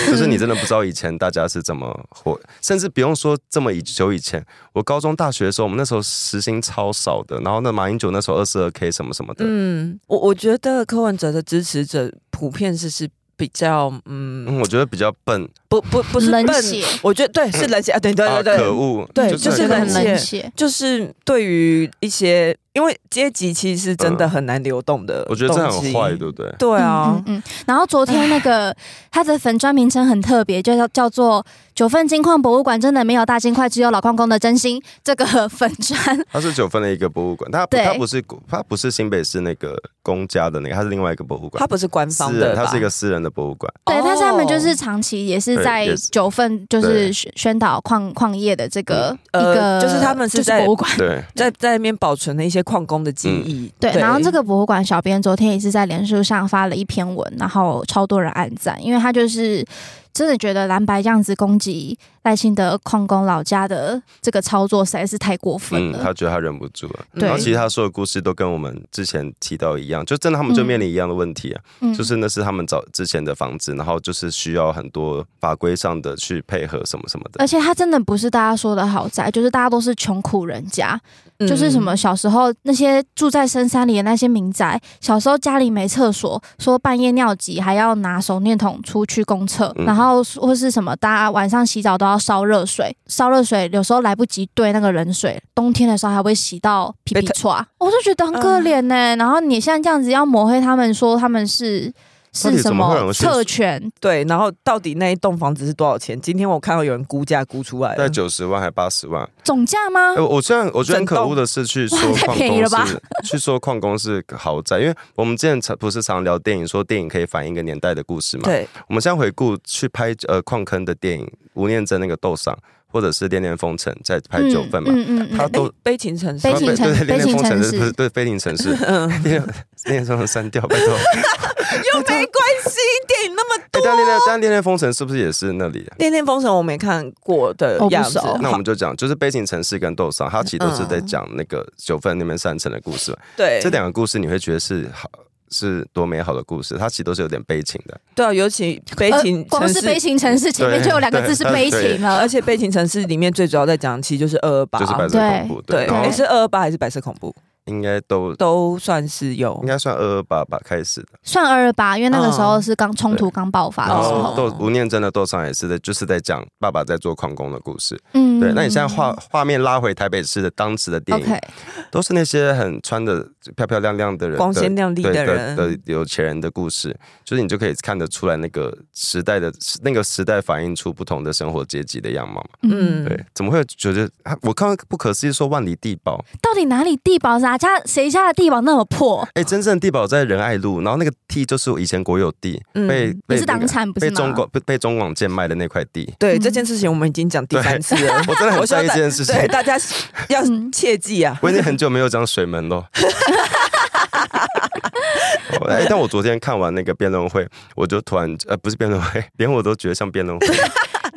Speaker 4: 就是你真的不知道以前大家是怎么活，甚至不用说这么以久以前，我高中、大学的时候，我们那时候时薪超少的，然后那马英九那时候二十二 k 什么什么的，
Speaker 2: 嗯，我我觉得柯文哲的支持者普遍是是比较嗯，
Speaker 4: 嗯，我觉得比较笨，
Speaker 2: 不不不是
Speaker 3: 冷
Speaker 2: 笨
Speaker 3: 血，
Speaker 2: 我觉得对是冷血啊，对对
Speaker 4: 啊，
Speaker 2: 对对，
Speaker 4: 可恶，
Speaker 2: 对
Speaker 4: 就
Speaker 2: 就是
Speaker 4: 是
Speaker 3: 真的
Speaker 4: 很
Speaker 3: 很
Speaker 4: 可恶
Speaker 2: 冷
Speaker 3: 冷
Speaker 2: 血
Speaker 3: 血。
Speaker 2: 就是对于一些因为阶级其实是真的很难流动的、
Speaker 4: 嗯我觉得这很坏，对不。对？
Speaker 2: 对啊，
Speaker 3: 嗯嗯嗯然后昨天那个他的粉砖名称很特别，就叫叫做“九份金矿博物馆”，真的没有大金块，只有老矿工的真心。这个粉 砖，
Speaker 4: 它是九份的一个博物馆，它不
Speaker 3: 对
Speaker 4: 它不是它不是新北市那个公家的那个，它是另外一个博物馆
Speaker 2: 它，不是官方
Speaker 4: 私
Speaker 2: 的
Speaker 4: 人，
Speaker 2: 吧，
Speaker 4: 它是一个私人的博物馆。
Speaker 3: 对
Speaker 2: 哦，
Speaker 3: 但是他们就是长期也是
Speaker 4: 对
Speaker 3: 在
Speaker 4: 也是
Speaker 3: 九份，就是宣宣导矿矿业的这个
Speaker 4: 嗯
Speaker 3: 一
Speaker 2: 呃
Speaker 3: 个，
Speaker 2: 就是他们是
Speaker 3: 就是
Speaker 2: 在
Speaker 3: 博物馆。
Speaker 4: 对，
Speaker 2: 在在那边保存了一些矿工的记
Speaker 4: 嗯
Speaker 2: 忆。
Speaker 3: 对，然后这个博物馆小编昨天也是在脸书上发了一篇文，然后超多人按赞，因为他就是真的觉得蓝白这样子攻击赖清德矿工老家的这个操作实在是太过分
Speaker 4: 嗯，
Speaker 3: 了。嗯
Speaker 4: 他觉得他忍不住了。
Speaker 2: 对
Speaker 4: 然后其实他说的故事都跟我们之前提到一样，就真的他们就面临一样的问题啊，
Speaker 3: 嗯
Speaker 4: 就是那是他们早之前的房子，然后就是需要很多法规上的去配合什么什么的
Speaker 3: 而。且他真的不是大家说的豪宅，就是大家都是穷苦人家，
Speaker 2: 嗯
Speaker 3: 就是什么小时候那些住在深山里的那些民宅，小时候家里没厕所，说半夜尿急还要拿手电筒出去公厕，
Speaker 4: 嗯
Speaker 3: 然后或是什么大家晚上洗澡都要烧热水，烧热水有时候来不及兑那个冷水，冬天的时候还会洗到皮皮
Speaker 2: 被
Speaker 3: 抓，我就觉得很
Speaker 4: 啊
Speaker 3: 可怜呢、然后你现在这样子要抹黑他们，说他们是。
Speaker 4: 到
Speaker 3: 是
Speaker 4: 底
Speaker 3: 什
Speaker 4: 怎么会有
Speaker 3: 么
Speaker 4: 人去
Speaker 3: 特权？
Speaker 2: 对，然后到底那一栋房子是多少钱？今天我看到有人估价估出来
Speaker 4: 在
Speaker 2: 了，
Speaker 4: 九十万还八十万，
Speaker 3: 总价吗
Speaker 4: 哎、？我虽然我觉得很
Speaker 2: 整栋
Speaker 4: 可恶的是去说
Speaker 3: 哇嗯 太
Speaker 4: 矿
Speaker 3: 便宜
Speaker 4: 工
Speaker 3: 了吧
Speaker 4: 是 去说矿工是豪宅，因为我们之前常不是常聊电影，说电影可以反映一个年代的故事嘛。。
Speaker 2: 对，哎
Speaker 4: 我们现在回顾去拍呃矿坑的电影，吴念真那个《斗赏》，或者是《恋恋风尘》在拍九份嘛，
Speaker 3: 嗯嗯嗯
Speaker 4: 他都啊
Speaker 2: 哎悲情城市
Speaker 3: 悲情城
Speaker 4: 对对恋恋风尘
Speaker 3: 悲情城市
Speaker 4: 是不是对悲情城市，
Speaker 2: 嗯
Speaker 4: 恋恋恋风尘删掉，拜托。
Speaker 2: 又没关系，电影那么
Speaker 4: 哎，但恋恋但恋恋风尘是不是也是那里？啊
Speaker 2: 《恋恋风尘》我没看过的
Speaker 3: 哦我不
Speaker 2: 样子，
Speaker 3: 熟
Speaker 4: 那我们就讲，就是《悲情城市》跟《斗赏》，它其实都是在讲那个九份那边山城的故事嘛。
Speaker 2: 对
Speaker 4: 这两个故事你会觉得是好是多美好的故事，它其实都是有点悲情的。
Speaker 2: 对啊，尤其悲情
Speaker 3: 呃光
Speaker 2: 城
Speaker 3: 是悲
Speaker 2: 市。啊
Speaker 3: 情城市前面
Speaker 4: 对
Speaker 3: 就有两个字是
Speaker 4: 对
Speaker 3: 悲情了，
Speaker 2: 而且悲情城市里面最主要在讲，其实就是二二八，
Speaker 4: 就是白色恐怖，
Speaker 2: 对，
Speaker 4: 然
Speaker 2: 诶
Speaker 4: 后
Speaker 2: 是二二八还是白色恐怖，
Speaker 4: 应该都
Speaker 2: 都算是有
Speaker 4: 应。该算二二八吧开始的。
Speaker 3: 算二二八，因为那个时
Speaker 4: 哦
Speaker 3: 候是刚冲突刚爆发的
Speaker 4: 然
Speaker 3: 时
Speaker 4: 后
Speaker 3: 候。
Speaker 4: 斗吴念真的斗上也是的，就是在讲爸爸在做矿工的故事。
Speaker 3: 嗯
Speaker 4: 对，那你现在画画面拉回台北市的当时的电影
Speaker 3: OK，
Speaker 4: 都是那些很穿的漂漂亮亮的人，
Speaker 2: 光鲜亮丽
Speaker 4: 对
Speaker 2: 的
Speaker 4: 的
Speaker 2: 人
Speaker 4: 的有钱人的故事，就是你就可以看得出来那个时代的那个时代反映出不同的生活阶级的样貌嘛。
Speaker 2: 嗯，
Speaker 4: 对，怎么会觉得啊我看到不可思议说万里地堡？
Speaker 2: 嗯
Speaker 3: 到底哪里地堡是哪家谁家的地堡那 么破？
Speaker 4: 哎，真正的地堡在仁爱路，然后那个地就是我以前国有地，
Speaker 2: 嗯
Speaker 4: 被
Speaker 3: 也
Speaker 4: 被
Speaker 3: 是
Speaker 4: 那
Speaker 3: 党
Speaker 4: 个
Speaker 3: 产不
Speaker 4: 被
Speaker 3: 是
Speaker 4: 中
Speaker 3: 吗？
Speaker 4: 广被被中广贱卖的那块 地。
Speaker 2: 对
Speaker 3: 嗯
Speaker 2: 这件事情，我们已经讲第三次 了。
Speaker 4: 我真的很
Speaker 2: 希
Speaker 4: 在
Speaker 2: 望
Speaker 4: 意
Speaker 2: 大
Speaker 4: 这件事情。
Speaker 2: 对大 家要
Speaker 3: 嗯
Speaker 2: 切记啊。
Speaker 4: 我已经很久没有讲水门了。哦哎，但我昨天看完那个辩论会，我就突然呃，不是辩论会， 连我都觉得像辩论会。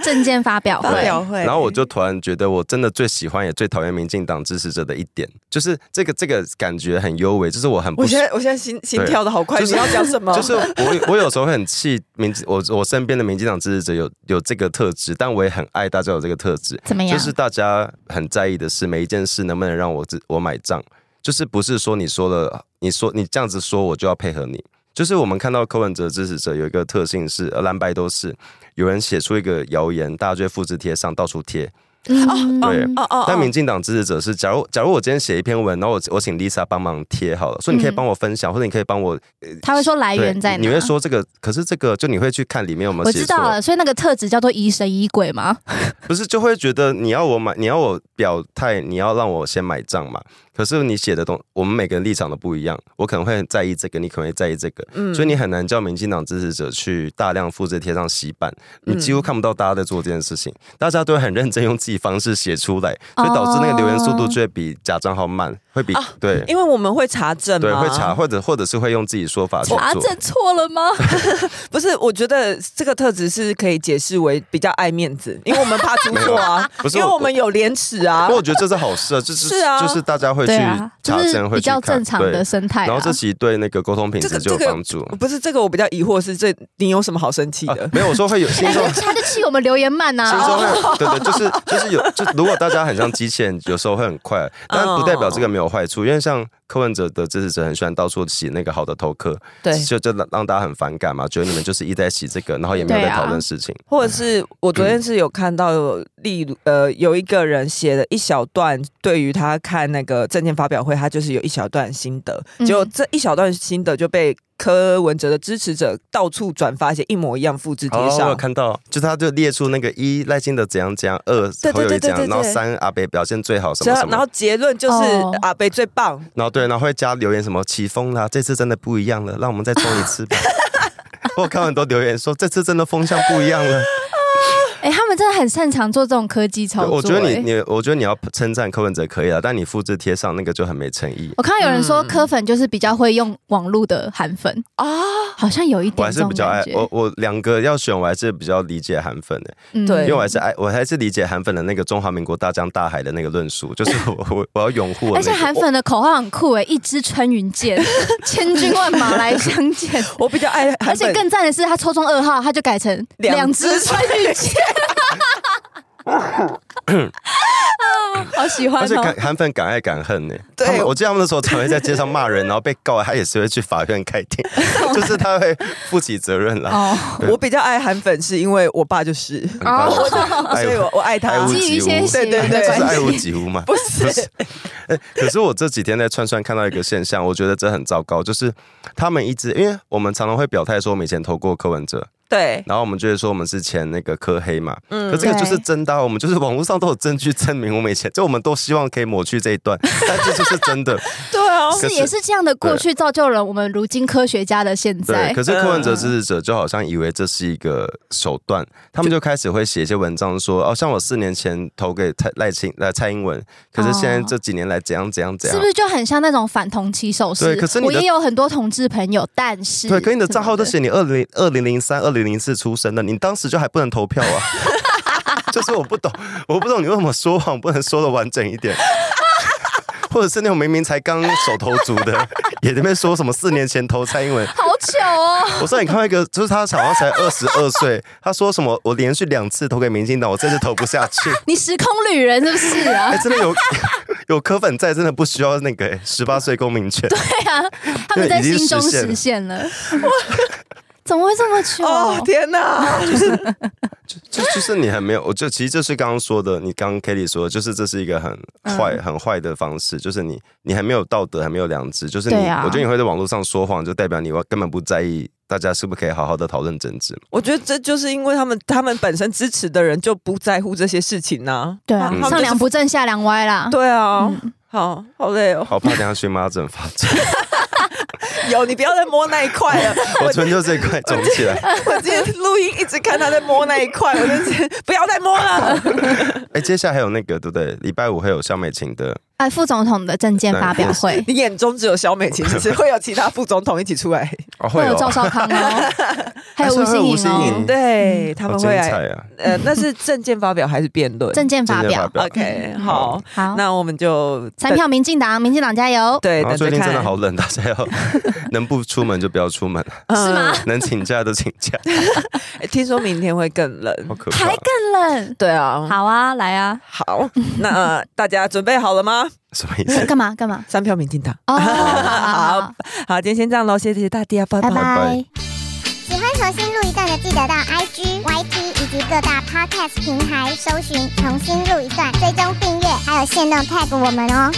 Speaker 3: 证件发表
Speaker 2: 发
Speaker 3: 会，
Speaker 2: 表会，
Speaker 4: 然后我就突然觉得，我真的最喜欢也最讨厌民进党支持者的一点，就是这个这个感觉很优美，就是我很不
Speaker 2: 我现在我现在心心跳的好快，
Speaker 4: 就是
Speaker 2: 你要讲什么？哦
Speaker 4: 就是我我有时候会很气民进我我身边的民进党支持者有有这个特质，但我也很爱大家有这个特质。
Speaker 3: 怎么样？
Speaker 4: 就是大家很在意的是每一件事能不能让我自我买账，就是不是说你说了你说你这样子说，我就要配合你。就是我们看到柯文哲支持者有一个特性是，呃蓝白都是有人写出一个谣言，大家就会复制贴上，到处贴。
Speaker 3: 嗯
Speaker 4: 对
Speaker 2: 哦哦，
Speaker 4: 但民进党支持者是，假如假如我今天写一篇文，然后我我请 Lisa 帮忙贴好了，说你可以
Speaker 3: 嗯
Speaker 4: 帮我分享，或者你可以帮我
Speaker 3: 他会说来
Speaker 4: 对
Speaker 3: 源在哪？
Speaker 4: 你会说这个，可是这个就你会去看里面有没有
Speaker 3: 我
Speaker 4: 写
Speaker 3: 知
Speaker 4: 错
Speaker 3: 道，了，所以那个特质叫做疑神疑鬼嘛。
Speaker 4: 不是就会觉得你要我买，你要我表态，你要让我先买账嘛。可是你写的东，我们每个人立场都不一样，我可能会很在意这个，你可能会在意这个，
Speaker 2: 嗯
Speaker 4: 所以你很难叫民进党支持者去大量复制贴上洗版，
Speaker 3: 嗯
Speaker 4: 你几乎看不到大家在做这件事情，大家都会很认真用自己方式写出来，
Speaker 3: 哦
Speaker 4: 所以导致那个留言速度就会比假账号慢，会比、对。
Speaker 2: 因为我们会查证嘛，
Speaker 4: 对，会查，或者或者是会用自己说法去做。
Speaker 3: 查证错了吗？
Speaker 2: 不是，我觉得这个特质是可以解释为比较爱面子，因为我们怕出错 啊，
Speaker 4: 不是
Speaker 2: 因为
Speaker 4: 我
Speaker 2: 我们有廉耻啊
Speaker 4: 不。过我觉得这是好事啊，就是
Speaker 2: 是啊
Speaker 4: 就是大家 会去
Speaker 3: 对啊，就
Speaker 4: 查
Speaker 3: 是
Speaker 4: 证，会
Speaker 3: 比
Speaker 4: 去看
Speaker 3: 较正常
Speaker 4: 对
Speaker 3: 的生态啊。
Speaker 4: 然后这其实对那个沟通品
Speaker 2: 这
Speaker 4: 质
Speaker 2: 个
Speaker 4: 就有
Speaker 2: 这个
Speaker 4: 帮助。
Speaker 2: 不是这个，我比较疑惑是这你有什么好生气的
Speaker 4: 啊？没有，我说会有心
Speaker 3: 哎
Speaker 4: 中。
Speaker 3: 他就气我们留言慢呐、
Speaker 4: 心中
Speaker 3: 哦
Speaker 4: 会有，对对，就是就是有，就如果大家很像机器人，有时候会很快，但不代表这个没有坏处，因为像柯文哲的支持者很喜欢到处洗那个好的头壳，
Speaker 2: 对
Speaker 4: 就就让让大家很反感嘛，觉得你们就是一直在洗这个，然后也没有在
Speaker 3: 对啊
Speaker 4: 讨论事情，
Speaker 2: 或者是我昨天是有看到有例如呃有一个人写了一小段对于他看那个证件发表会，他就是有一小段心得，
Speaker 3: 嗯
Speaker 2: 结果这一小段心得就被柯文哲的支持者到处转发，一些一模一样复制贴
Speaker 4: 哦，我
Speaker 2: 上。
Speaker 4: 有看到，就他就列出那个一赖清德怎样怎样，二
Speaker 2: 对对
Speaker 4: 侯友
Speaker 2: 对
Speaker 4: 谊
Speaker 2: 对
Speaker 4: 怎样
Speaker 2: 对，对
Speaker 4: 然后三阿北表现最好什
Speaker 2: 只
Speaker 4: 么
Speaker 2: 要
Speaker 4: 什么，
Speaker 2: 然后结论就是
Speaker 3: 哦
Speaker 2: 阿北最棒，
Speaker 4: 然后对，然后会加留言什么起风啦，这次真的不一样了，让我们再冲一次 吧。我看很多留言说这次真的风向不一样了。
Speaker 3: 哎、他们真的很擅长做这种科技操
Speaker 4: 对
Speaker 3: 作、
Speaker 4: 我觉得你
Speaker 3: 哎
Speaker 4: 你，我觉得你要称赞柯文哲可以了，但你复制贴上那个就很没诚意。
Speaker 3: 我看到有人
Speaker 2: 嗯
Speaker 3: 说科粉就是比较会用网络的韩粉啊，好像有一
Speaker 4: 我
Speaker 3: 点
Speaker 4: 还
Speaker 3: 这
Speaker 4: 是
Speaker 3: 种
Speaker 4: 比较爱
Speaker 3: 感觉。
Speaker 4: 我我两个要选，我还是比较理解韩粉的、
Speaker 3: 嗯
Speaker 2: 对
Speaker 4: 因为我还是爱，我还是理解韩粉的那个中华民国大江大海的那个论述，就是我我 我要拥护我
Speaker 3: 而
Speaker 4: 那个。
Speaker 3: 且韩粉的口号很酷哎、一支穿云箭， 千军万马来相 见。
Speaker 2: 我比较爱韩
Speaker 3: 而且
Speaker 2: 粉
Speaker 3: 更赞的是，他抽中二号，他就改成
Speaker 2: 两
Speaker 3: 两支
Speaker 2: 支
Speaker 3: 穿云箭。啊，好喜欢
Speaker 4: 而且
Speaker 3: 哦
Speaker 4: 敢！韩粉敢爱敢恨呢、
Speaker 2: 对
Speaker 4: 他们我记得他们那时候常会在街上骂人，然后被告，他也是会去法院 开庭，就是他会负起责任啦。
Speaker 3: 哦，
Speaker 2: 我比较爱韩粉是因为我爸就是，
Speaker 4: 很棒
Speaker 2: 所
Speaker 4: 爱
Speaker 2: 以哦我我爱他
Speaker 4: 爱屋
Speaker 3: 基于一
Speaker 4: 及乌，
Speaker 3: 些
Speaker 2: 对
Speaker 4: 对
Speaker 3: 行为
Speaker 2: 对
Speaker 3: 的
Speaker 2: 对
Speaker 4: 就是
Speaker 3: 关
Speaker 4: 爱屋
Speaker 3: 系，
Speaker 4: 及乌嘛。
Speaker 2: 不是
Speaker 4: 哎，可是我这几天在串串看到一个现象，我觉得这很糟糕，就是他们一直，因为我们常常会表态说我们以前投过柯文哲，
Speaker 2: 对。
Speaker 4: 然后我们就会说我们是前那个柯黑嘛，
Speaker 2: 嗯
Speaker 4: 可这个就是
Speaker 3: 对
Speaker 4: 真的啊、我们就是网络上都有证据证明我们以前，就我们都希望可以抹去这一段，但这就是真的。
Speaker 2: 对啊，
Speaker 4: 可
Speaker 3: 哦是
Speaker 4: 是
Speaker 3: 也是这样的过去造就了我们如今科学家的现
Speaker 4: 对，
Speaker 3: 在
Speaker 4: 可。是柯文哲支持者就好像以为这是一个手段，他们就开始会写一些文章说，哦，像我四年前投给蔡赖清赖蔡英文，可是现在
Speaker 3: 哦
Speaker 4: 这几年来怎样怎样怎
Speaker 3: 是
Speaker 4: 样
Speaker 3: 不。是就很像那种反同期手势？
Speaker 4: 对可是你
Speaker 3: 我
Speaker 4: 的
Speaker 3: 也有很多同志朋友，但是
Speaker 4: 对，可你的账号都
Speaker 3: 什
Speaker 4: 写你二零二零零三、二零零四出生的，你当时就还不能投票啊！ 就是我不懂，我不懂你为什么说谎不能说的完整一点， 或者是那种明明才刚手头足的， 也在那边说什么四年前投蔡英文，
Speaker 3: 么的好糗 哦！
Speaker 4: 我上次看到一个，就是他好像才二十二岁，他说什么我连续两次投给民进党，我这次投不下 去。
Speaker 3: 你时空旅人是不是啊
Speaker 4: 哎、？真的有 有科粉在，真的不需要那个十八岁公民权。
Speaker 3: 对啊，他们在
Speaker 4: 已经
Speaker 3: 心中
Speaker 4: 实现了
Speaker 3: 实现 了。怎么会这么糗？
Speaker 2: 哦天哪，
Speaker 4: 就就是你很没有，我就其实就是刚刚说的，你刚刚 Kelly 说的，就是这是一个很坏、
Speaker 3: 嗯
Speaker 4: 很坏的方式，就是你你还没有道德，还没有良知，就是你，
Speaker 3: 对啊
Speaker 4: 我觉得你会在网络上说谎，就代表你根本不在意大家是不是可以好好的讨论政 治。
Speaker 2: 我觉得这就是因为他们他们本身支持的人就不在乎这些事情呐、
Speaker 3: 对啊
Speaker 2: 嗯，
Speaker 3: 上梁不嗯正下梁歪啦。
Speaker 2: 对啊，好好累哦。
Speaker 4: 好怕等一下荨麻 疹发作，
Speaker 2: 有你不要再摸那一块 了，
Speaker 4: 我唇就这一块肿起来。
Speaker 2: 我今天录音一直看他在摸那一块，我就是不要再摸了。
Speaker 4: 哎、接下来还有那个对不对？礼拜五会有肖美琴的
Speaker 3: 哎，副总统的证件发表 会
Speaker 2: 你眼中只有小美，其实会有其他副总统一起出来，
Speaker 4: 哦，
Speaker 3: 会有
Speaker 4: 哦
Speaker 3: 赵少康哦， 还
Speaker 4: 还
Speaker 3: 有
Speaker 4: 是会
Speaker 3: 吴欣
Speaker 4: 有吴
Speaker 3: 颖
Speaker 4: 欣
Speaker 3: 哦
Speaker 4: 颖，
Speaker 2: 对他
Speaker 4: 好
Speaker 2: 们
Speaker 4: 精
Speaker 2: 会来。
Speaker 4: 彩啊！
Speaker 2: 呃，那是证件发表还是辩论？
Speaker 3: 证件发
Speaker 4: 证件发
Speaker 3: 表
Speaker 4: 表。
Speaker 2: OK，好，嗯
Speaker 3: 好，
Speaker 2: 那我们就
Speaker 3: 三票民进党，民进党加油！
Speaker 2: 对，
Speaker 4: 然后
Speaker 2: 等着
Speaker 4: 最近真
Speaker 2: 看
Speaker 4: 的好冷，大家 要能不出门就不要出门，
Speaker 3: 是吗？
Speaker 4: 能请假就请假，
Speaker 2: 嗯听说明天会更冷，
Speaker 4: 好可怕啊
Speaker 3: 还。更冷。
Speaker 4: 嗯
Speaker 2: 对啊。呃
Speaker 3: 好啊，来啊！
Speaker 2: 好，那大家准备好了吗？
Speaker 4: 什么意思？
Speaker 3: 干嘛干嘛？
Speaker 2: 三票民进党。
Speaker 3: 哦，
Speaker 2: 好
Speaker 3: 好，
Speaker 2: 好，今天先这样喽，谢谢大家，拜
Speaker 3: 拜
Speaker 2: 拜。
Speaker 3: 拜。
Speaker 5: 喜欢重新录一段的，记得到 IG、YT 以及各大 Podcast 平台搜寻“重新录一段”，追踪订阅，还有限定 tag 我们哦。